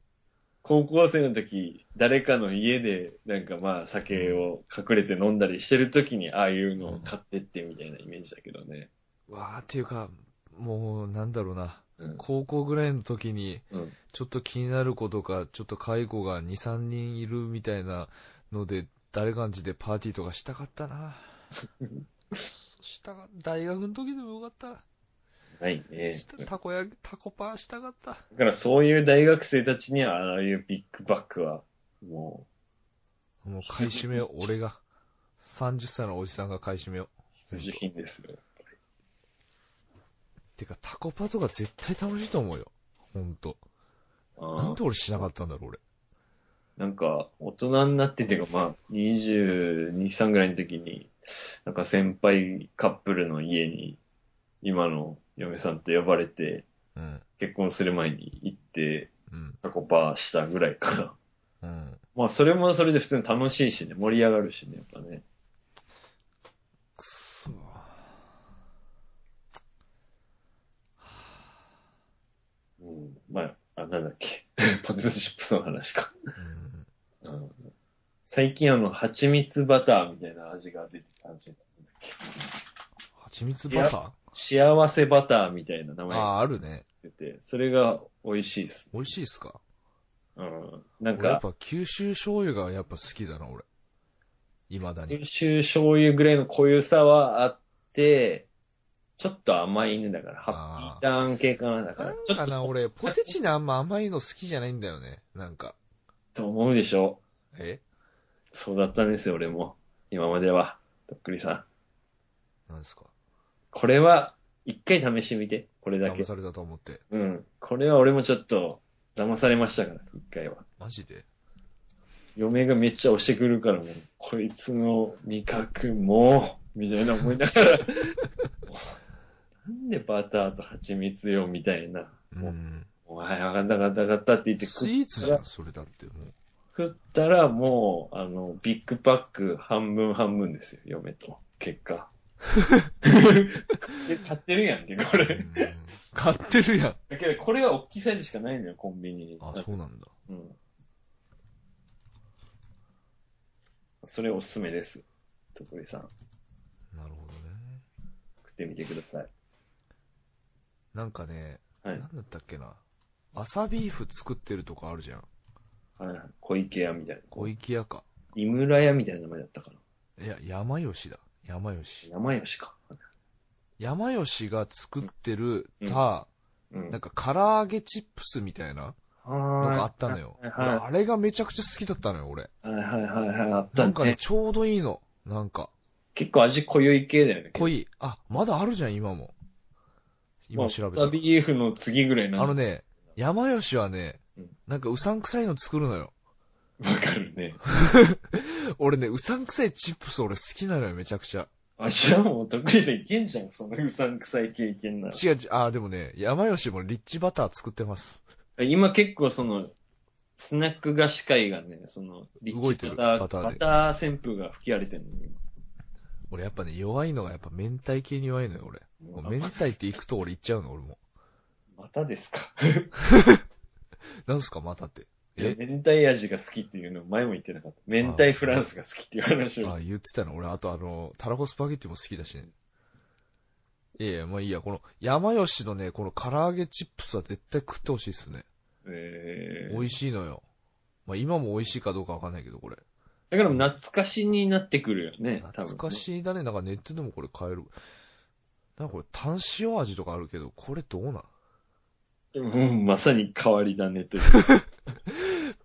[SPEAKER 3] 高校生の時、誰かの家で、なんかまあ酒を隠れて飲んだりしてる時に、ああいうのを買ってってみたいなイメージだけどね。
[SPEAKER 1] わーっていうか、もう、なんだろうな。
[SPEAKER 3] うん。
[SPEAKER 1] 高校ぐらいの時に、
[SPEAKER 3] うん。
[SPEAKER 1] ちょっと気になる子とか、ちょっと介護が2、3人いるみたいなので、誰かんちでパーティーとかしたかった な。したか、大学の時でもよかった
[SPEAKER 3] ないね。
[SPEAKER 1] した。たこ焼き、たこパーしたかった。
[SPEAKER 3] だからそういう大学生たちには、ああいうビッグバッグは、も
[SPEAKER 1] もう買い占めを俺が。 30歳のおじさんが買い占めを。
[SPEAKER 3] 必需品ですよ。
[SPEAKER 1] てか、タコパとか絶対楽しいと思うよ。ほんと。な
[SPEAKER 3] あ
[SPEAKER 1] ん
[SPEAKER 3] ー
[SPEAKER 1] で俺しなかったんだろう、俺。
[SPEAKER 3] なんか、大人になっててか、まあ、22、3ぐらいの時に、なんか先輩カップルの家に、今の嫁さんと呼ばれて、
[SPEAKER 1] うん。
[SPEAKER 3] 結婚する前に行って、
[SPEAKER 1] うん。
[SPEAKER 3] タコパーしたぐらいから。
[SPEAKER 1] うん。
[SPEAKER 3] まあ、それもそれで普通に楽しいしね、盛り上がるしね、やっぱね。
[SPEAKER 1] くそーは
[SPEAKER 3] うん。まあ、あ、なんだっけ。 ポテトチップスの話か。
[SPEAKER 1] ぁうん。
[SPEAKER 3] うん。最近あの、蜂蜜バターみたいな味が出てたんで
[SPEAKER 1] 蜂蜜バター
[SPEAKER 3] 幸せバターみたいな名
[SPEAKER 1] あ
[SPEAKER 3] 前が
[SPEAKER 1] あー、あるね。
[SPEAKER 3] 出てて、それが美味しいです。
[SPEAKER 1] 美味しいっすか
[SPEAKER 3] うん。なん
[SPEAKER 1] 俺やっ
[SPEAKER 3] か、
[SPEAKER 1] ぱ九州醤油がやっぱ好きだな、俺。未だ
[SPEAKER 3] 九
[SPEAKER 1] に。
[SPEAKER 3] 州醤油ぐらいの濃ゆさはあって、ちょっと甘いねだから、ハッピーターン系かな、だから。ちょ
[SPEAKER 1] な
[SPEAKER 3] っ
[SPEAKER 1] んかな、俺、ポテチにあんま甘いの好きじゃないんだよね。なんか。
[SPEAKER 3] と思うでしょ。
[SPEAKER 1] え
[SPEAKER 3] そうだったんですよ、俺も。今までは。とっくりさん。
[SPEAKER 1] なんですか
[SPEAKER 3] これは、一回試してみて、これだけ
[SPEAKER 1] 騙。されたと思って。
[SPEAKER 3] うん。これは俺もちょっと、騙されましたから、一回は。
[SPEAKER 1] マジで
[SPEAKER 3] 嫁がめっちゃ押してくるから、もう、こいつの味覚もう、みたいな思いながら、もうなんでバターと蜂蜜よ、みたいな。も
[SPEAKER 1] う
[SPEAKER 3] う、
[SPEAKER 1] ん。
[SPEAKER 3] お前、わかったわかったわかったって言って
[SPEAKER 1] ス
[SPEAKER 3] 食
[SPEAKER 1] イーツじゃん、それだって。も う。
[SPEAKER 3] 食ったら、もう、あの、ビッグパック半分半分ですよ、嫁と。結 果。で買ってるやんけ、こ
[SPEAKER 1] う
[SPEAKER 3] れ。
[SPEAKER 1] ん買ってるやん。
[SPEAKER 3] だけど、これが大きいサイズしかないのよ、コンビニに。
[SPEAKER 1] あ、そうなんだ。
[SPEAKER 3] うん。それおすすめです。とこりさん、
[SPEAKER 1] なるほどね。
[SPEAKER 3] 食ってみてください。
[SPEAKER 1] なんかね、
[SPEAKER 3] はい
[SPEAKER 1] なんだったっけな。朝ビーフ作ってるとこあるじゃん。
[SPEAKER 3] はいはい。小池屋みたいな。
[SPEAKER 1] 小池屋か。
[SPEAKER 3] 井村屋みたいな名前だったかな。
[SPEAKER 1] いや、山吉だ。山吉。
[SPEAKER 3] 山吉か。
[SPEAKER 1] 山吉が作ってる
[SPEAKER 3] うん
[SPEAKER 1] た、
[SPEAKER 3] うん。
[SPEAKER 1] なんか唐揚げチップスみたいなの
[SPEAKER 3] は
[SPEAKER 1] が
[SPEAKER 3] い
[SPEAKER 1] あったのよ。
[SPEAKER 3] はいはい
[SPEAKER 1] 俺あれがめちゃくちゃ好きだったのよ、俺。
[SPEAKER 3] はいはいはいはい。あった
[SPEAKER 1] なん
[SPEAKER 3] ね。
[SPEAKER 1] かね、ちょうどいいの。なんか、
[SPEAKER 3] 結構味濃い系だよね。
[SPEAKER 1] 濃い。あ、まだあるじゃん、今も。今調べ
[SPEAKER 3] た。
[SPEAKER 1] た
[SPEAKER 3] サ。ビーフの次ぐらいな
[SPEAKER 1] あの
[SPEAKER 3] ね。
[SPEAKER 1] ね、山吉はね
[SPEAKER 3] うん、
[SPEAKER 1] なんかうさんくさいの作るのよ。
[SPEAKER 3] わかるね。
[SPEAKER 1] 俺ね、うさんくさいチップス俺好きなのよ、めちゃくちゃ。
[SPEAKER 3] あ、じゃあもう得意さんいけんじゃん。そのうさんくさい経験なら。
[SPEAKER 1] 違う違う、あー、でもね、山吉もリッチバター作ってます。
[SPEAKER 3] 今結構その、スナック菓子界がね、その、リ
[SPEAKER 1] 動
[SPEAKER 3] ッ
[SPEAKER 1] いて
[SPEAKER 3] チ
[SPEAKER 1] る
[SPEAKER 3] バタ
[SPEAKER 1] バタ
[SPEAKER 3] ー、
[SPEAKER 1] ー
[SPEAKER 3] バ
[SPEAKER 1] で
[SPEAKER 3] ター旋風が吹き荒れてるのよ、
[SPEAKER 1] 俺やっぱね、弱いのがやっぱ明太系に弱いのよ、俺。
[SPEAKER 3] 今。
[SPEAKER 1] もう
[SPEAKER 3] あ
[SPEAKER 1] 明太って行くと俺行っちゃうの、俺も。
[SPEAKER 3] またですか。
[SPEAKER 1] なんすか、またって。
[SPEAKER 3] いや
[SPEAKER 1] え
[SPEAKER 3] 明太味が好きっていうの前も言ってなかった。明太フランスが好きっていう話を。
[SPEAKER 1] あ、言ってたの。俺、あとあの、たらこスパゲッティも好きだしね。いやいや、まあいいや、この、山吉のね、この唐揚げチップスは絶対食ってほしいっすね。
[SPEAKER 3] えー
[SPEAKER 1] 美味しいのよ。まあ今も美味しいかどうかわかんないけど、これ。
[SPEAKER 3] だから懐かしになってくるよね、多分、
[SPEAKER 1] 懐かしいだね。なんかネットでもこれ買える。なんかこれ、炭塩味とかあるけど、これどうなん
[SPEAKER 3] い。うん、まさに変わり種という。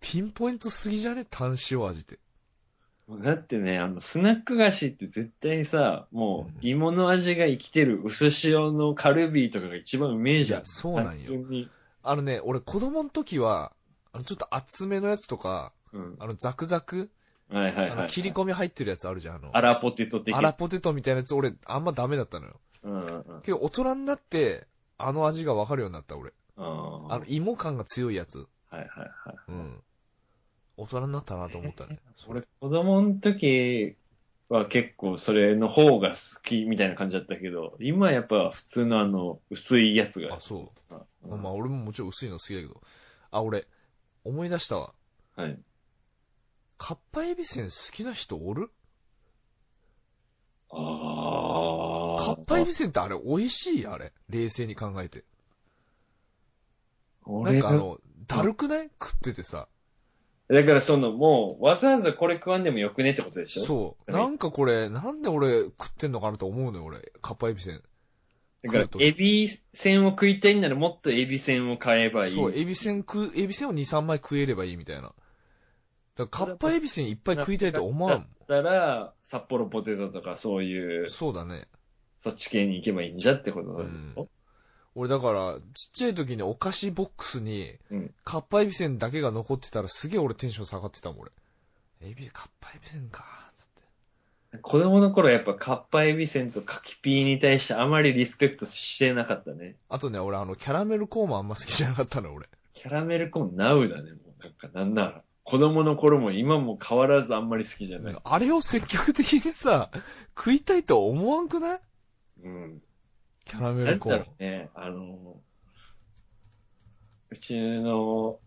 [SPEAKER 1] ピンポイントすぎじゃね炭塩味って。
[SPEAKER 3] だってね、あの、スナック菓子って絶対さ、もう
[SPEAKER 1] うん、
[SPEAKER 3] 芋の味が生きてる薄塩のカルビーとかが一番うめえ
[SPEAKER 1] い
[SPEAKER 3] じゃ
[SPEAKER 1] や
[SPEAKER 3] ん、。
[SPEAKER 1] そうなんよ。
[SPEAKER 3] 単純に。
[SPEAKER 1] あのね、俺子供の時は、あの、ちょっと厚めのやつとか、
[SPEAKER 3] うん。
[SPEAKER 1] あの、ザクザク、
[SPEAKER 3] はいはい
[SPEAKER 1] あ
[SPEAKER 3] は
[SPEAKER 1] の、
[SPEAKER 3] い。
[SPEAKER 1] 切り込み入ってるやつあるじゃん、あの。
[SPEAKER 3] アラポテト的
[SPEAKER 1] アラポテトみたいなやつ、俺、あんまダメだったのよ。
[SPEAKER 3] うんうんうん。
[SPEAKER 1] けど、大人になって、あの味がわかるようになった、俺。
[SPEAKER 3] あ
[SPEAKER 1] あの、芋感が強いやつ。
[SPEAKER 3] はいはいはい。
[SPEAKER 1] うん。大人になったなと思った ね。そ
[SPEAKER 3] 俺
[SPEAKER 1] れ。、
[SPEAKER 3] 子供の時は結構それの方が好きみたいな感じだったけど、今はやっぱ普通のあの、薄いやつが
[SPEAKER 1] あ、。そうう。
[SPEAKER 3] ん
[SPEAKER 1] まあ、俺ももちろん薄いの好きだけど。あ、俺、思い出したわ。
[SPEAKER 3] はい。
[SPEAKER 1] カッパエビせん好きな人おる
[SPEAKER 3] ああ。
[SPEAKER 1] カッパエビせんってあれ美味しいあれ。冷静に考えて。な
[SPEAKER 3] 俺
[SPEAKER 1] んかあ
[SPEAKER 3] が、
[SPEAKER 1] の、だるくない食っててさ。
[SPEAKER 3] だからそのもう、わざわざこれ食わんでもよくねってことでしょ
[SPEAKER 1] そう。
[SPEAKER 3] はい
[SPEAKER 1] なんかこれ、なんで俺食ってんのかなと思うのよ、俺。カッパエビせん。
[SPEAKER 3] だから
[SPEAKER 1] 来る、と
[SPEAKER 3] エビせんを食いたいんならもっとエビせんを買えばいい。
[SPEAKER 1] そう、エビせん食う、エビせんを2、3枚食えればいいみたいな。だからカッパエビせんいっぱい食いたいと思わん。
[SPEAKER 3] ったら、札幌ポテトとかそういう、
[SPEAKER 1] そうだね。
[SPEAKER 3] そっち系に行けばいいんじゃってことなんですか、
[SPEAKER 1] 俺だから、ちっちゃい時にお菓子ボックスに
[SPEAKER 3] うん、
[SPEAKER 1] カッパエビせんだけが残ってたらすげえ俺テンション下がってたもん、俺。エビ、カッパエビせんか、つって。
[SPEAKER 3] 子供の頃やっぱカッパエビセンとカキピーに対してあまりリスペクトしてなかったね。
[SPEAKER 1] あとね、俺あの、キャラメルコーンもあんま好きじゃなかったの、俺。
[SPEAKER 3] キャラメルコーンナウだね、もう。なんかなんなら。子供の頃も今も変わらずあんまり好きじゃない。
[SPEAKER 1] あれを積極的にさ、食いたいとは思わんくない
[SPEAKER 3] うん。
[SPEAKER 1] キャラメ
[SPEAKER 3] な
[SPEAKER 1] ル
[SPEAKER 3] ん
[SPEAKER 1] コー
[SPEAKER 3] だ
[SPEAKER 1] ン
[SPEAKER 3] ろ。うね、あの、うちの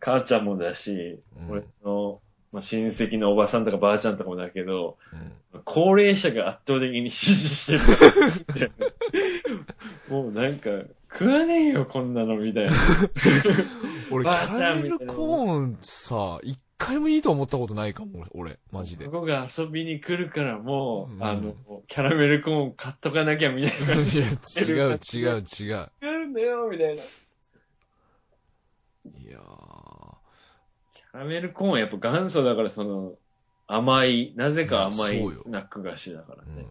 [SPEAKER 3] 母ちゃんもだし、
[SPEAKER 1] うん
[SPEAKER 3] 俺の、まあ、親戚のおばさんとかばあちゃんとかもだけど、
[SPEAKER 1] うん
[SPEAKER 3] 高齢者が圧倒的に支持してる。もうなんか、食わねえよ、こんなの、みたいな。
[SPEAKER 1] 俺、キ
[SPEAKER 3] ばあ
[SPEAKER 1] ャ
[SPEAKER 3] ちゃ
[SPEAKER 1] ラ
[SPEAKER 3] ん
[SPEAKER 1] メ
[SPEAKER 3] みたいな
[SPEAKER 1] ルコーンさ、一回もいいと思ったことないかも、俺、マジで
[SPEAKER 3] こ。こが遊びに来るからもう、
[SPEAKER 1] うん
[SPEAKER 3] あの、キャラメルコーン買っとかなきゃ、みたいな 感じ。
[SPEAKER 1] いや違う違う違う。
[SPEAKER 3] やるんだよ、みたいな。キ
[SPEAKER 1] いやー。
[SPEAKER 3] ャラメルコーンはやっぱ元祖だから、その、甘い、なぜか甘い
[SPEAKER 1] そうよ
[SPEAKER 3] スナック菓子だから
[SPEAKER 1] う
[SPEAKER 3] ね
[SPEAKER 1] ん。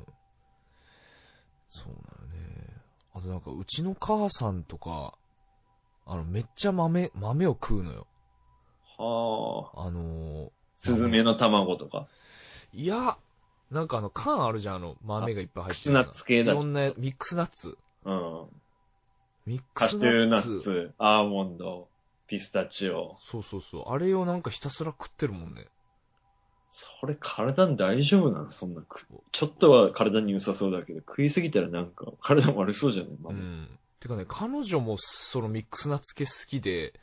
[SPEAKER 1] そうなのね。あとなんか、うちの母さんとか、あの、めっちゃ豆、豆を食うのよ。
[SPEAKER 3] はあ。
[SPEAKER 1] あのー、
[SPEAKER 3] スズメの卵とか。
[SPEAKER 1] いや、なんかあの、缶あるじゃん、あの、豆がいっぱい入ってる
[SPEAKER 3] あミックスナッツ系だ
[SPEAKER 1] いろんな、ミックスナッツ。
[SPEAKER 3] うん。
[SPEAKER 1] ミック
[SPEAKER 3] カ
[SPEAKER 1] ス
[SPEAKER 3] シ
[SPEAKER 1] ナ
[SPEAKER 3] ューナ
[SPEAKER 1] ッツ。
[SPEAKER 3] ッツ、アーモンド、ピスタチオ。
[SPEAKER 1] そうそうそう。あれをなんかひたすら食ってるもんね。
[SPEAKER 3] それ体に大丈夫なんそんな食う。ちょっとは体に良さそうだけど、食いすぎたらなんか、体悪そうじゃない、
[SPEAKER 1] う
[SPEAKER 3] 豆
[SPEAKER 1] ん。てかね、彼女もそのミックスナッツ系好きで、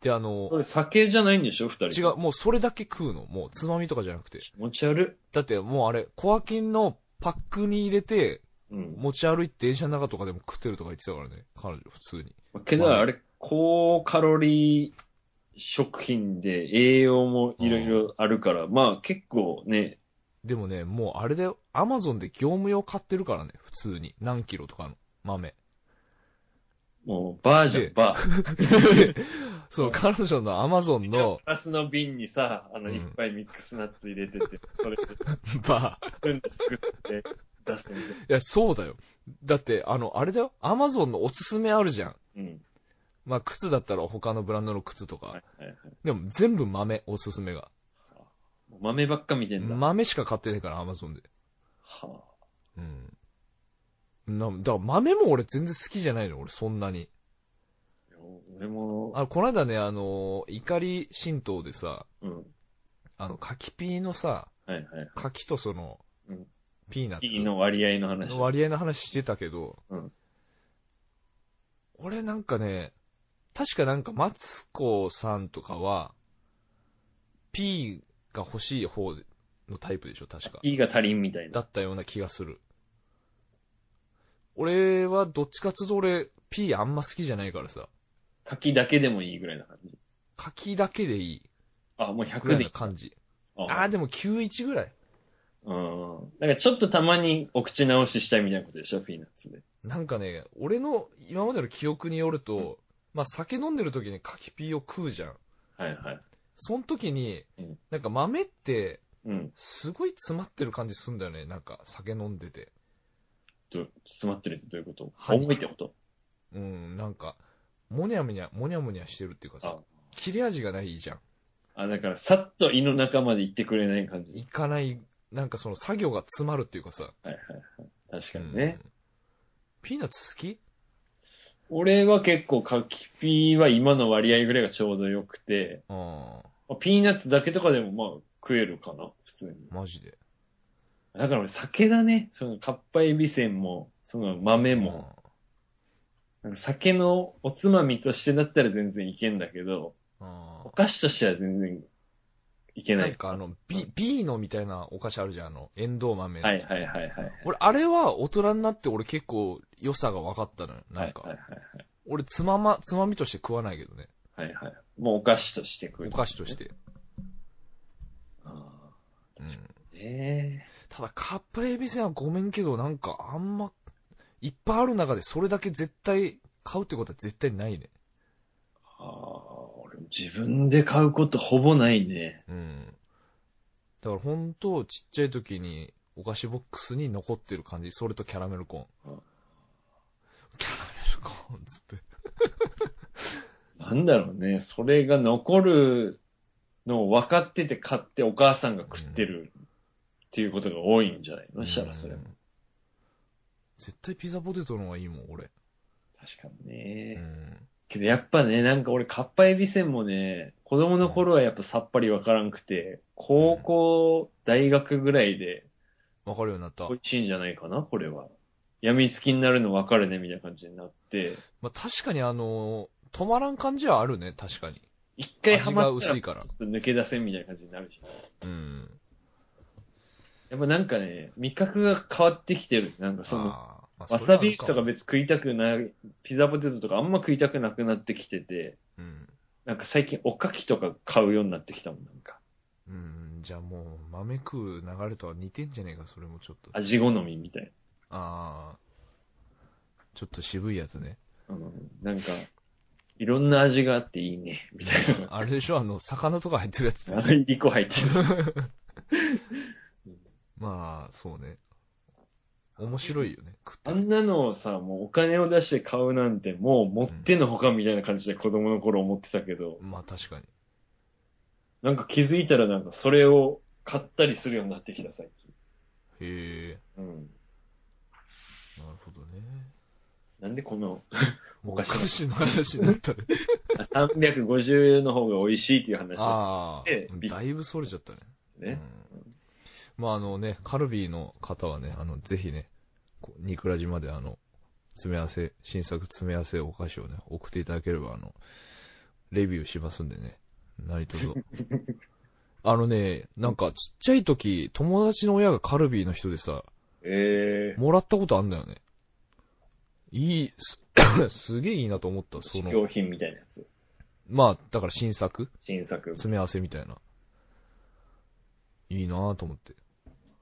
[SPEAKER 1] で、あの、
[SPEAKER 3] それ酒じゃないんでしょ二
[SPEAKER 1] 違
[SPEAKER 3] 人。
[SPEAKER 1] う、。もうそれだけ食うの。もうつまみとかじゃなくて。
[SPEAKER 3] 持ち悪
[SPEAKER 1] だってもうあれ、小アキンのパックに入れて、
[SPEAKER 3] い。うん。
[SPEAKER 1] 持ち歩いて電車の中とかでも食ってるとか言ってたからね。彼女、普通に。
[SPEAKER 3] けど、あれ、高カロリー食品で栄養もいろいろあるから、まあ結構ね、
[SPEAKER 1] でもね、もうあれだよ。アマゾンで業務用買ってるからね、普通に。何キロとかの 豆。
[SPEAKER 3] もうバージョ
[SPEAKER 1] で
[SPEAKER 3] ン、バー。
[SPEAKER 1] そう、彼女のアマゾンの
[SPEAKER 3] プラスの瓶にさ、あの、
[SPEAKER 1] うん
[SPEAKER 3] いっぱいミックスナッツ入れてて、それで、
[SPEAKER 1] バー。
[SPEAKER 3] うんですくって 出すみたい
[SPEAKER 1] いや、そうだよ。だって、あの、あれだよ。アマゾンのおすすめあるじゃん。
[SPEAKER 3] な。うん。
[SPEAKER 1] まあ、靴だったら他のブランドの靴とか。
[SPEAKER 3] はいはいはい。
[SPEAKER 1] でも全部豆、おすすめが。
[SPEAKER 3] 豆ばっか見てんだ。
[SPEAKER 1] 豆しか買ってないから、アマゾンで。
[SPEAKER 3] はあ、
[SPEAKER 1] うん。な、だから豆も俺全然好きじゃないの、俺そんなに。
[SPEAKER 3] いや俺も、
[SPEAKER 1] あ、この間ね、あの、怒り神道でさ、
[SPEAKER 3] うん。
[SPEAKER 1] あの、柿ピーのさ、
[SPEAKER 3] はいはい。
[SPEAKER 1] 柿とその
[SPEAKER 3] うん、
[SPEAKER 1] ピーナッ
[SPEAKER 3] いい
[SPEAKER 1] ツ
[SPEAKER 3] の割合の話。
[SPEAKER 1] の割合の話してたけど、
[SPEAKER 3] うん
[SPEAKER 1] 俺なんかね、確かなんかマツコさんとかは、ピーが欲しい方のタイプでしょ、確か。
[SPEAKER 3] いいが足りんみたいな。
[SPEAKER 1] だったような気がする。俺はどっちかっつうと俺、P あんま好きじゃないからさ、
[SPEAKER 3] 柿だけでもいいぐらいな感じ。
[SPEAKER 1] 柿だけでいい
[SPEAKER 3] あ、もう
[SPEAKER 1] ぐら
[SPEAKER 3] 100
[SPEAKER 1] い
[SPEAKER 3] でい
[SPEAKER 1] の
[SPEAKER 3] い。
[SPEAKER 1] 感じ。あ
[SPEAKER 3] あ
[SPEAKER 1] あ、でも91ぐらい。
[SPEAKER 3] うん。だからちょっとたまにお口直ししたいみたいなことでしょ、ピーナッツで。
[SPEAKER 1] なんかね、俺の今までの記憶によると、まあ酒飲んでる時に柿ピーを食うじゃん。
[SPEAKER 3] はいはい。
[SPEAKER 1] その時に
[SPEAKER 3] うん、
[SPEAKER 1] なんか豆って、
[SPEAKER 3] うん。
[SPEAKER 1] すごい詰まってる感じすんだよね。なんか酒飲んでて。
[SPEAKER 3] ど詰まってるってどういうこと
[SPEAKER 1] 歯に
[SPEAKER 3] 重いってこと
[SPEAKER 1] うん、なんか、もにゃもにゃ、もにゃもにゃしてるっていうかさ
[SPEAKER 3] あ、
[SPEAKER 1] 切れ味がないじゃん。
[SPEAKER 3] あ、だからさっと胃の中まで行ってくれない感じ。
[SPEAKER 1] いかない、なんかその作業が詰まるっていうかさ。
[SPEAKER 3] はいはいはい。確かにね。
[SPEAKER 1] うんピーナッツ好き
[SPEAKER 3] 俺は結構柿ピーは今の割合ぐらいがちょうど良くて、
[SPEAKER 1] ああ、
[SPEAKER 3] まあピーナッツだけとかでもまあ食えるかな、普通に。
[SPEAKER 1] マジで。
[SPEAKER 3] だから俺酒だね。その、かっぱえびせんも、その豆も、なんか酒のおつまみとしてだったら全然いけんだけど、
[SPEAKER 1] うん。あ
[SPEAKER 3] お
[SPEAKER 1] あ
[SPEAKER 3] 菓子としては全然いけ
[SPEAKER 1] な
[SPEAKER 3] なんい。
[SPEAKER 1] かあの、ビビーノみたいなお菓子あるじゃん、あの、エンドウ豆。
[SPEAKER 3] はいはいはいはい。
[SPEAKER 1] 俺、あれは大人になって俺結構良さが分かったのよ。なんか。
[SPEAKER 3] はいはい
[SPEAKER 1] 俺、つまま、つまみとして食わないけどね。
[SPEAKER 3] はいはいはい。もうお菓子として食う、
[SPEAKER 1] お菓子とし。て。
[SPEAKER 3] あ
[SPEAKER 1] うん、
[SPEAKER 3] ーね
[SPEAKER 1] ただ、カップエビせんはごめんけど、なんかあんま、いっぱいある中でそれだけ絶対買うってことは絶対ないね。
[SPEAKER 3] え。ああ、俺自分で買うことほぼないね。
[SPEAKER 1] うん。だから本当ちっちゃい時にお菓子ボックスに残ってる感じ。それとキャラメルコー
[SPEAKER 3] う
[SPEAKER 1] ン
[SPEAKER 3] ん。
[SPEAKER 1] キャラメルコーンっつって。
[SPEAKER 3] なんだろうね。それが残るのを分かってて買ってお母さんが食ってるっていうことが多いんじゃないのしたらそれも
[SPEAKER 1] う。ん絶対ピザポテトの方がいいもん、俺。
[SPEAKER 3] 確かに
[SPEAKER 1] う
[SPEAKER 3] ね。
[SPEAKER 1] ん。
[SPEAKER 3] けどやっぱね、なんか俺、かっぱえびせんもね、子供の頃はやっぱさっぱり分からんくて、高校、大学ぐらいで
[SPEAKER 1] わかるようになった。
[SPEAKER 3] 美味しいんじゃないかな、これは。病みつきになるの分かるね、みたいな感じになって、
[SPEAKER 1] まあ、確かにあのー止まらん感じはあるね、確かに。
[SPEAKER 3] 一回ハマっ
[SPEAKER 1] 味
[SPEAKER 3] た
[SPEAKER 1] が薄
[SPEAKER 3] らち
[SPEAKER 1] いから
[SPEAKER 3] ょっと抜け出せんみたいな感じになるし。
[SPEAKER 1] うん。
[SPEAKER 3] やっぱなんかね、味覚が変わってきてる。なんかそ
[SPEAKER 1] あ
[SPEAKER 3] の、
[SPEAKER 1] ーまあ
[SPEAKER 3] わさびと
[SPEAKER 1] それ
[SPEAKER 3] か
[SPEAKER 1] はある
[SPEAKER 3] 別に食いたくない、ピザポテトとかあんま食いたくなくなってきてて、
[SPEAKER 1] もうん。
[SPEAKER 3] なんか最近おかきとか買うようになってきたもん、なんか。
[SPEAKER 1] うん、じゃあもう、豆食う流れとは似てんじゃねえか、それもちょっと。あ
[SPEAKER 3] 味好みみたい
[SPEAKER 1] あー。ちょっと渋いやつね。
[SPEAKER 3] な。うん、なんか、いろんな味があっていいね、みたいな。
[SPEAKER 1] あれでしょ、あの、魚とか入ってるやつね。
[SPEAKER 3] あれ、2個入ってる。
[SPEAKER 1] まあ、そうね。面白いよね、食って
[SPEAKER 3] あ
[SPEAKER 1] る。
[SPEAKER 3] んなのをさ、もうお金を出して買うなんて、もう持ってのほかみたいな感じで子供の頃思ってたけど、
[SPEAKER 1] まあ確かに。
[SPEAKER 3] なんか気づいたらなんかそれを買ったりするようになってきた、最近。
[SPEAKER 1] へえ、
[SPEAKER 3] うん。
[SPEAKER 1] なるほどね。
[SPEAKER 3] なんで この、
[SPEAKER 1] もうお
[SPEAKER 3] お
[SPEAKER 1] 菓
[SPEAKER 3] 菓子
[SPEAKER 1] 子の話になったね。
[SPEAKER 3] あ350の方が美味しいっていう話だっ
[SPEAKER 1] あ
[SPEAKER 3] で
[SPEAKER 1] あ、だいぶそれちゃったね。
[SPEAKER 3] たね。
[SPEAKER 1] うんまああのね、カルビーの方はね、あの、ぜひね、こうニクラジまであの、詰め合わせ、新作詰め合わせお菓子をね、送っていただければ、あの、レビューしますんでね、何とぞ。あのね、なんかちっちゃい時、友達の親がカルビーの人でさ、
[SPEAKER 3] ええ
[SPEAKER 1] もらったことあんだよね。いい、す すげえいいなと思った、そ
[SPEAKER 3] 試
[SPEAKER 1] の、
[SPEAKER 3] 供品みたいなやつ。
[SPEAKER 1] まあ、だから新作
[SPEAKER 3] 新作。
[SPEAKER 1] 詰め合わせみたいな。いいなぁと思って。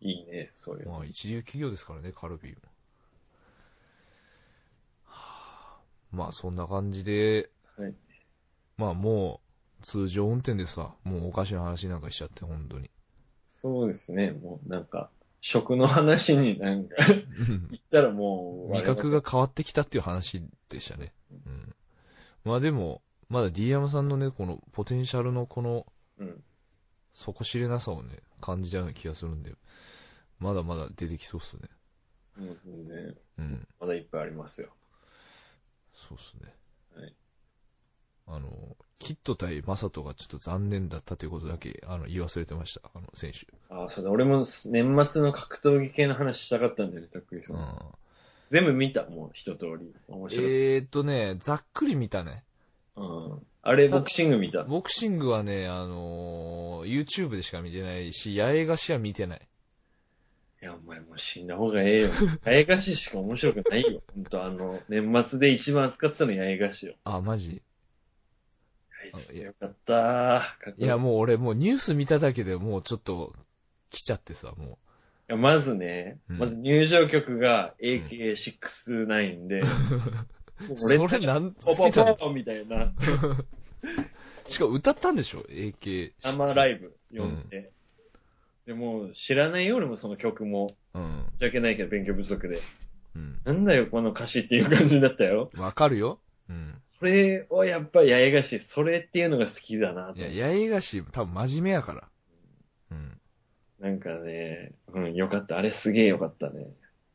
[SPEAKER 3] いいね、そういうの。
[SPEAKER 1] まあ、一流企業ですからね、カルビーも。はあまあ、そんな感じで、
[SPEAKER 3] はい
[SPEAKER 1] まあ、もう、通常運転でさ、もうおかしな話なんかしちゃって、本 当に。
[SPEAKER 3] そうですね、もうなんか、食の話になんか、言ったらもう、
[SPEAKER 1] 味覚が変わってきたっていう話でしたね。うん。まあ、でも、まだ D 山さんのね、この、ポテンシャルのこの、
[SPEAKER 3] うん。
[SPEAKER 1] 底知れなさをね、感じたような気がするんで、まだまだ出てきそうっすね。
[SPEAKER 3] もう全然、
[SPEAKER 1] うん。
[SPEAKER 3] まだいっぱいありますよ。
[SPEAKER 1] そうですね。
[SPEAKER 3] はい。
[SPEAKER 1] あの、キット対マサトがちょっと残念だったということだけ、あの、言い忘れてました、あの、選手。
[SPEAKER 3] ああ、そうだ、俺も年末の格闘技系の話したかったんだよね、たっくりさ。
[SPEAKER 1] うんん。
[SPEAKER 3] 全部見た、もう一通り。面白い。
[SPEAKER 1] えーっとね、ざっくり見たね。
[SPEAKER 3] うん。あれ、ボクシング見た。
[SPEAKER 1] ボクシングはね、あのー YouTube でしか見てないし、八重樫は見てない。
[SPEAKER 3] いや、お前もう死んだ方がええよ。 八重樫しか面白くないよ。ほんと、あの、年末で一番熱かったの八重樫よ。
[SPEAKER 1] あ、マジ
[SPEAKER 3] あいつよかったー。
[SPEAKER 1] いや、もう俺、もうニュース見ただけでもうちょっと、来ちゃってさ、も
[SPEAKER 3] いやまずね、
[SPEAKER 1] うん
[SPEAKER 3] まず入場曲が AK69 で、も
[SPEAKER 1] う。
[SPEAKER 3] う
[SPEAKER 1] それなん、
[SPEAKER 3] ポ
[SPEAKER 1] 好
[SPEAKER 3] ポ
[SPEAKER 1] きだ
[SPEAKER 3] ポポみたいな、
[SPEAKER 1] しかも歌ったんでしょ ?AK。
[SPEAKER 3] 生ライブ呼んで。でも、知らないよ、俺もその曲も。
[SPEAKER 1] うん。
[SPEAKER 3] 申し訳ないけど、勉強不足で。
[SPEAKER 1] うん。
[SPEAKER 3] なんだよ、この歌詞っていう感じだったよ。
[SPEAKER 1] わかるよ。うん。
[SPEAKER 3] それをやっぱ八重樫、それっていうのが好きだなと
[SPEAKER 1] い。や、八重樫、多分真面目やから。うん。
[SPEAKER 3] なんかね、うん、よかった。あれすげえよかったね。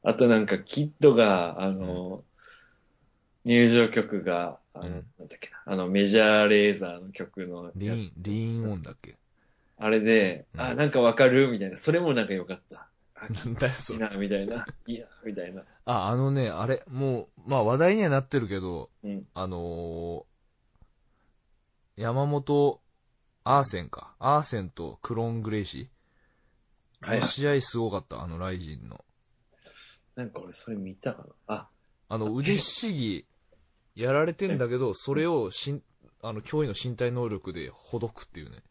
[SPEAKER 3] あとなんか、キッドが、あの、入場曲が、あの、
[SPEAKER 1] うん
[SPEAKER 3] なんだっけな、あの、メジャーレーザーの曲の
[SPEAKER 1] リ
[SPEAKER 3] や、
[SPEAKER 1] ーン、リーンオンだっ け
[SPEAKER 3] あれで、
[SPEAKER 1] うん
[SPEAKER 3] あ、なんかわかるみたいな。それもなんかよかった。あ、
[SPEAKER 1] なんだよ、
[SPEAKER 3] い
[SPEAKER 1] そ
[SPEAKER 3] い
[SPEAKER 1] れ。
[SPEAKER 3] な、みたいな。いいな、みたいな。
[SPEAKER 1] あ、あのね、あれ、もう、まあ話題にはなってるけど、
[SPEAKER 3] うん。
[SPEAKER 1] あのー山本、アーセンか。アーセンとクローングレイシー。
[SPEAKER 3] はい
[SPEAKER 1] あの。試合すごかった、あの、ライジンの。
[SPEAKER 3] なんか俺それ見たかな。あ、
[SPEAKER 1] あの、腕ひしぎ、やられてんだけど、それをしん、あの、脅威の身体能力でほどくっていうね。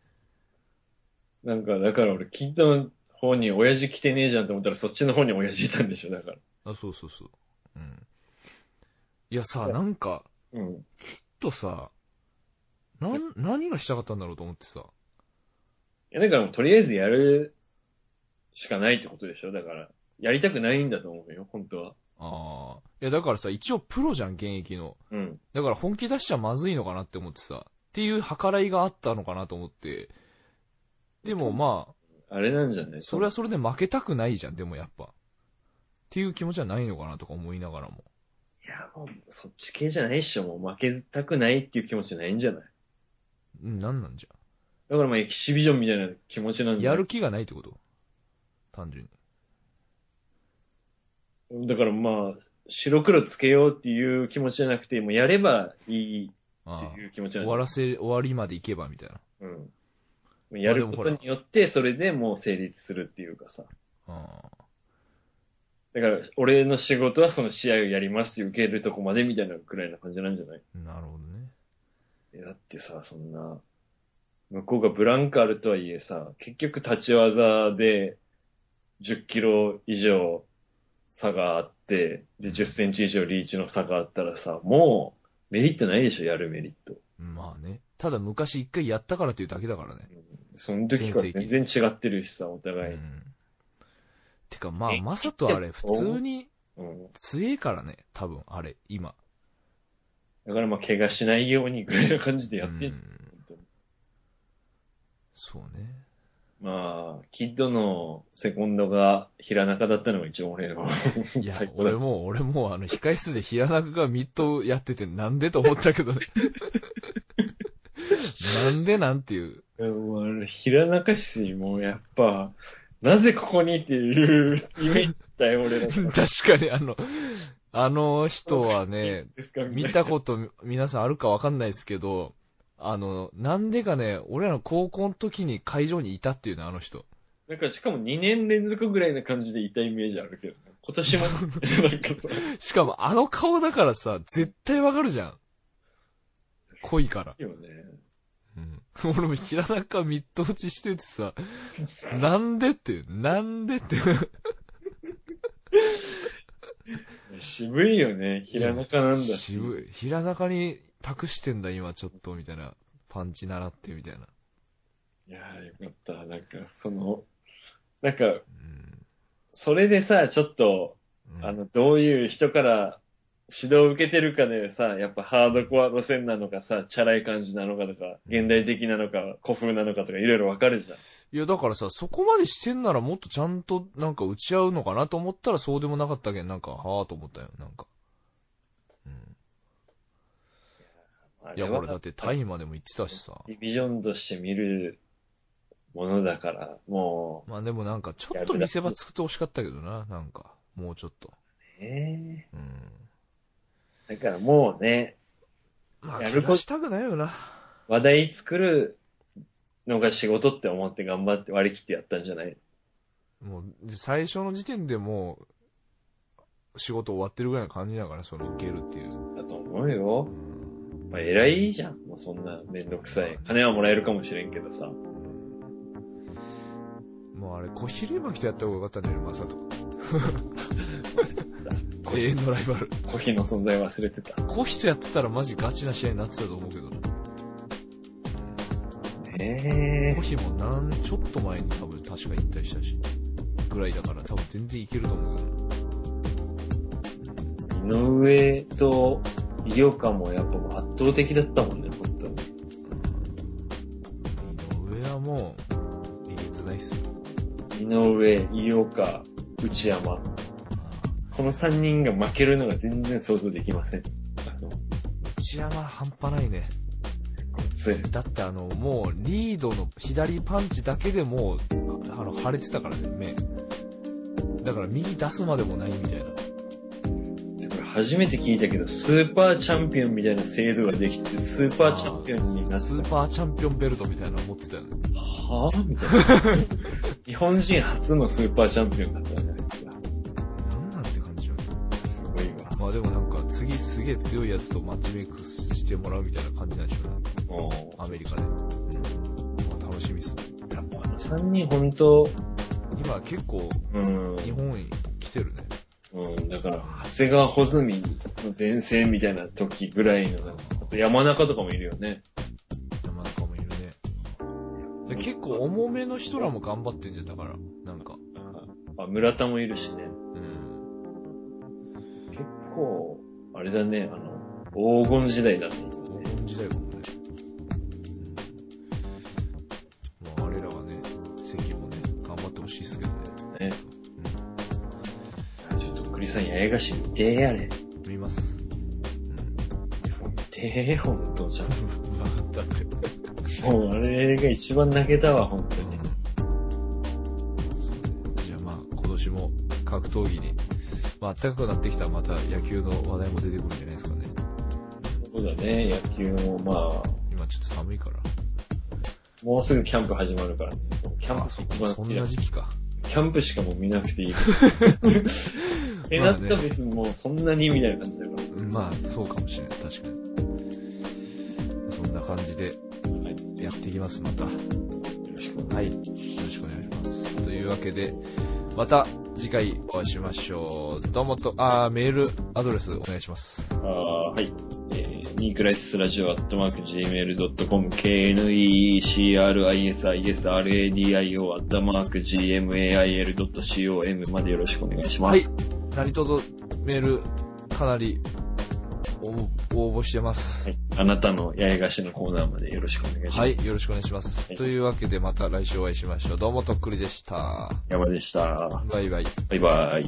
[SPEAKER 3] なんか、だから俺、キッドの方に親父来てねえじゃんと思ったら、そっちの方に親父いたんでしょ、だから。
[SPEAKER 1] あ、そうそうそう。うん。いやさ、なんか、
[SPEAKER 3] うん。
[SPEAKER 1] ちょっとさ、なん、何がしたかったんだろうと思ってさ。
[SPEAKER 3] いや、だからもうとりあえずやるしかないってことでしょだから、やりたくないんだと思うよ、本当は。
[SPEAKER 1] ああ。いや、だからさ、一応プロじゃん、現役の。
[SPEAKER 3] うん。
[SPEAKER 1] だから本気出しちゃまずいのかなって思ってさ、っていう計らいがあったのかなと思って。でもまあ、
[SPEAKER 3] あれなんじゃない
[SPEAKER 1] それはそれで負けたくないじゃん、でもやっぱ。っていう気持ちはないのかなとか思いながらも。
[SPEAKER 3] いや、もう、そっち系じゃないっしょ。もう負けたくないっていう気持ちないんじゃない
[SPEAKER 1] うん、なんなんじ
[SPEAKER 3] だからまあ、エキシビジョンみたいな気持ちな
[SPEAKER 1] ゃ
[SPEAKER 3] ん
[SPEAKER 1] ん。
[SPEAKER 3] じ
[SPEAKER 1] や
[SPEAKER 3] ゃない
[SPEAKER 1] る気がないってこと単純に。
[SPEAKER 3] だからまあ、白黒つけようっていう気持ちじゃなくて、もうやればいいって
[SPEAKER 1] ああ。
[SPEAKER 3] いう気持ちな
[SPEAKER 1] 終
[SPEAKER 3] ん
[SPEAKER 1] わ
[SPEAKER 3] だ。
[SPEAKER 1] らせ、終わりまでいけばみたいな。
[SPEAKER 3] うん。もうやることによって、それでもう成立するっていうかさ。
[SPEAKER 1] ああ。
[SPEAKER 3] だから、俺の仕事はその試合をやりますって受けるとこまでみたいなくらいな感じなんじゃない
[SPEAKER 1] なるほどね。
[SPEAKER 3] えだってさ、そんな、向こうがブランクあるとはいえさ、結局立ち技で10キロ以上差があって、で、10センチ以上リーチの差があったらさ、もうメリットないでしょ、やるメリット。
[SPEAKER 1] まあね。ただ昔一回やったからというだけだからね。
[SPEAKER 3] その時から全然違ってるしさ、お互
[SPEAKER 1] う
[SPEAKER 3] い。
[SPEAKER 1] ん。てかまあ、
[SPEAKER 3] え
[SPEAKER 1] まさとあれ、普通に
[SPEAKER 3] うん。
[SPEAKER 1] 強えからね、多分、あれ、今。
[SPEAKER 3] だからまあ、怪我しないようにぐらいな感じでやって
[SPEAKER 1] うんん
[SPEAKER 3] の
[SPEAKER 1] そうね。
[SPEAKER 3] まあ、キッドのセコンドが平中だったのが一応俺は。
[SPEAKER 1] いや
[SPEAKER 3] 最、高
[SPEAKER 1] 俺
[SPEAKER 3] だった
[SPEAKER 1] も、俺も、あの、控室で平中がミッドやってて、なんでと思ったけどね。なんでなんていう。
[SPEAKER 3] うんもうあの平中氏もやっぱ、なぜここにっていうイメージだよ、俺ら。
[SPEAKER 1] 確かに、あの、あの 人はね、
[SPEAKER 3] ですか
[SPEAKER 1] 見たことみ皆さんあるかわかんないですけど、あの、なんでかね、俺らの高校の時に会場にいたっていうね、あの人。
[SPEAKER 3] なんかしかも2年連続ぐらいな感じでいたイメージあるけどね、今 年も、なんかさ、
[SPEAKER 1] しかも、あの顔だからさ、絶対わかるじゃん。濃いから。
[SPEAKER 3] いいよね。
[SPEAKER 1] 俺も平中ミッド打ちしててさ、なんでって、なんでって。
[SPEAKER 3] 渋いよね、平中なんだし。
[SPEAKER 1] 渋い。平中に託してんだ、今ちょっと、みたいな。パンチ習って、みたいな。
[SPEAKER 3] いやーよかった。なんか、その、なんか、
[SPEAKER 1] うん
[SPEAKER 3] それでさ、ちょっと、
[SPEAKER 1] うん
[SPEAKER 3] あの、どういう人から指導を受けてるかでさ、やっぱハードコア路線なのかさ、チャラい感じなのかとか、現代的なのか、古風なのかとか、いろいろわかるじゃん。
[SPEAKER 1] いや、だからさ、そこまでしてんならもっとちゃんと、なんか打ち合うのかなと思ったらそうでもなかったけん、なんか、はぁと思ったよ、なんか。うん。
[SPEAKER 3] あ
[SPEAKER 1] い
[SPEAKER 3] れ
[SPEAKER 1] や、
[SPEAKER 3] は
[SPEAKER 1] 俺だってタイまでも行ってたしさ。
[SPEAKER 3] ディビジョンとして見るものだから、も
[SPEAKER 1] まあでもなんか、ちょっと見せ場作ってほしかったけどな、なんか。もうちょっと。
[SPEAKER 3] うね、
[SPEAKER 1] うん。
[SPEAKER 3] だからもうね、
[SPEAKER 1] まあ、
[SPEAKER 3] や
[SPEAKER 1] や
[SPEAKER 3] る
[SPEAKER 1] る
[SPEAKER 3] こと
[SPEAKER 1] したくないよな。
[SPEAKER 3] 話題作るのが仕事って思って頑張って割り切ってやったんじゃない
[SPEAKER 1] もう、最初の時点でもう、仕事終わってるぐらいの感じだから、その受けるっていう。
[SPEAKER 3] だと思うよ
[SPEAKER 1] う。ん
[SPEAKER 3] まあ、偉いじゃん。もうそんなめんどくさい。金はもらえるかもしれんけどさ。
[SPEAKER 1] もうあれ、小比類巻きとやった方がよかったんだよね、ま さと。永遠のライバル。
[SPEAKER 3] コーヒーの存在忘れてた。
[SPEAKER 1] コヒとやってたらマジガチな試合になってたと思うけど。
[SPEAKER 3] ね
[SPEAKER 1] コヒもなん、ちょっと前に多分確か引退したし、ぐらいだから多分全然いけると思うけど。
[SPEAKER 3] 井上と井岡もやっぱもう圧倒的だったもんね、本当に。
[SPEAKER 1] 井上はもう、えげつないっすよ。
[SPEAKER 3] 井上、井岡、内山。この3人が負けるのが全然想像できません。あの、
[SPEAKER 1] 内山半端ないね。
[SPEAKER 3] ごっつい。
[SPEAKER 1] だってあの、もうリードの左パンチだけでもう、ああの、腫れてたからね、目。だから右出すまでもないみたいな。
[SPEAKER 3] これ初めて聞いたけど、スーパーチャンピオンみたいな制度ができてて、スーパーチャンピオンになっ
[SPEAKER 1] スーパーチャンピオンベルトみたいなの持ってたよね。
[SPEAKER 3] た。はぁみたいな。日本人初のスーパーチャンピオンだったんじゃないですか。
[SPEAKER 1] なんなんて感じよね。
[SPEAKER 3] すごいわ。
[SPEAKER 1] まあでもなんか、次すげえ強いやつとマッチメイクしてもらうみたいな感じなんでしょうね。
[SPEAKER 3] もう
[SPEAKER 1] アメリカで。うん。まあ楽しみっすね。
[SPEAKER 3] やっぱあの3人本当、
[SPEAKER 1] 今結構、
[SPEAKER 3] うん、
[SPEAKER 1] 日本に来てるね。
[SPEAKER 3] うん、だから、長谷川穂積の前世みたいな時ぐらいの、なんか山中とかもいるよね。
[SPEAKER 1] 山中もいるね。で結構重めの人らも頑張ってんじゃん、だから。なんか。
[SPEAKER 3] うんあ、村田もいるしね。
[SPEAKER 1] うん。
[SPEAKER 3] 結構、あれだね、あの、黄金時代だね。
[SPEAKER 1] 黄金時代かもね。まあ、我らはね、関もね、頑張ってほしいですけどね。
[SPEAKER 3] ねちょっと栗さんや映画誌見てや
[SPEAKER 1] う
[SPEAKER 3] れ。
[SPEAKER 1] ん。見ます。
[SPEAKER 3] 見てほんとじゃん。
[SPEAKER 1] うん。わかったって。
[SPEAKER 3] もうあれが一番泣けたわ、本当に。
[SPEAKER 1] そうねじゃあまあ今年も格闘技に、まあ暖かくなってきたらまた野球の話題も出てくるんじゃないですかね。
[SPEAKER 3] そうだね、野球もまあ、
[SPEAKER 1] 今ちょっと寒いから。
[SPEAKER 3] もうすぐキャンプ始まるからね。キャンプ
[SPEAKER 1] あそ
[SPEAKER 3] 一番
[SPEAKER 1] そ
[SPEAKER 3] 好
[SPEAKER 1] ん
[SPEAKER 3] きだ
[SPEAKER 1] な。時期か。
[SPEAKER 3] キャンプしかもう見なく ていい。え、
[SPEAKER 1] ま
[SPEAKER 3] な
[SPEAKER 1] あ
[SPEAKER 3] った
[SPEAKER 1] ね
[SPEAKER 3] ら別にもうそんなにみたいな感じだか
[SPEAKER 1] まあそうかもしれない。確かに。そんな感じで
[SPEAKER 3] ら。はい。よ
[SPEAKER 1] やっていきます、また。
[SPEAKER 3] ろしくお願
[SPEAKER 1] はい。
[SPEAKER 3] いします。
[SPEAKER 1] よろしくお願いします。というわけで、また次回お会いしましょう。どうもと、あーメールアドレスお願いします。
[SPEAKER 3] あーはい。えー、ニークライスラジオアットマーク Gmail.com、KNECRISISRADIO アットマーク Gmail.com までよろしくお願いしま
[SPEAKER 1] はい
[SPEAKER 3] す。。
[SPEAKER 1] 何卒メールかなり応募応募してます。
[SPEAKER 3] はい。あなたの八重樫のコーナーまでよろしくお願いします。
[SPEAKER 1] は
[SPEAKER 3] はい。
[SPEAKER 1] い、よろしくお願いします。
[SPEAKER 3] はい
[SPEAKER 1] というわけでまた来週お会いしましょう。どうもとっくりでした。
[SPEAKER 3] 山でした。
[SPEAKER 1] バイバイ。
[SPEAKER 3] バイバイ。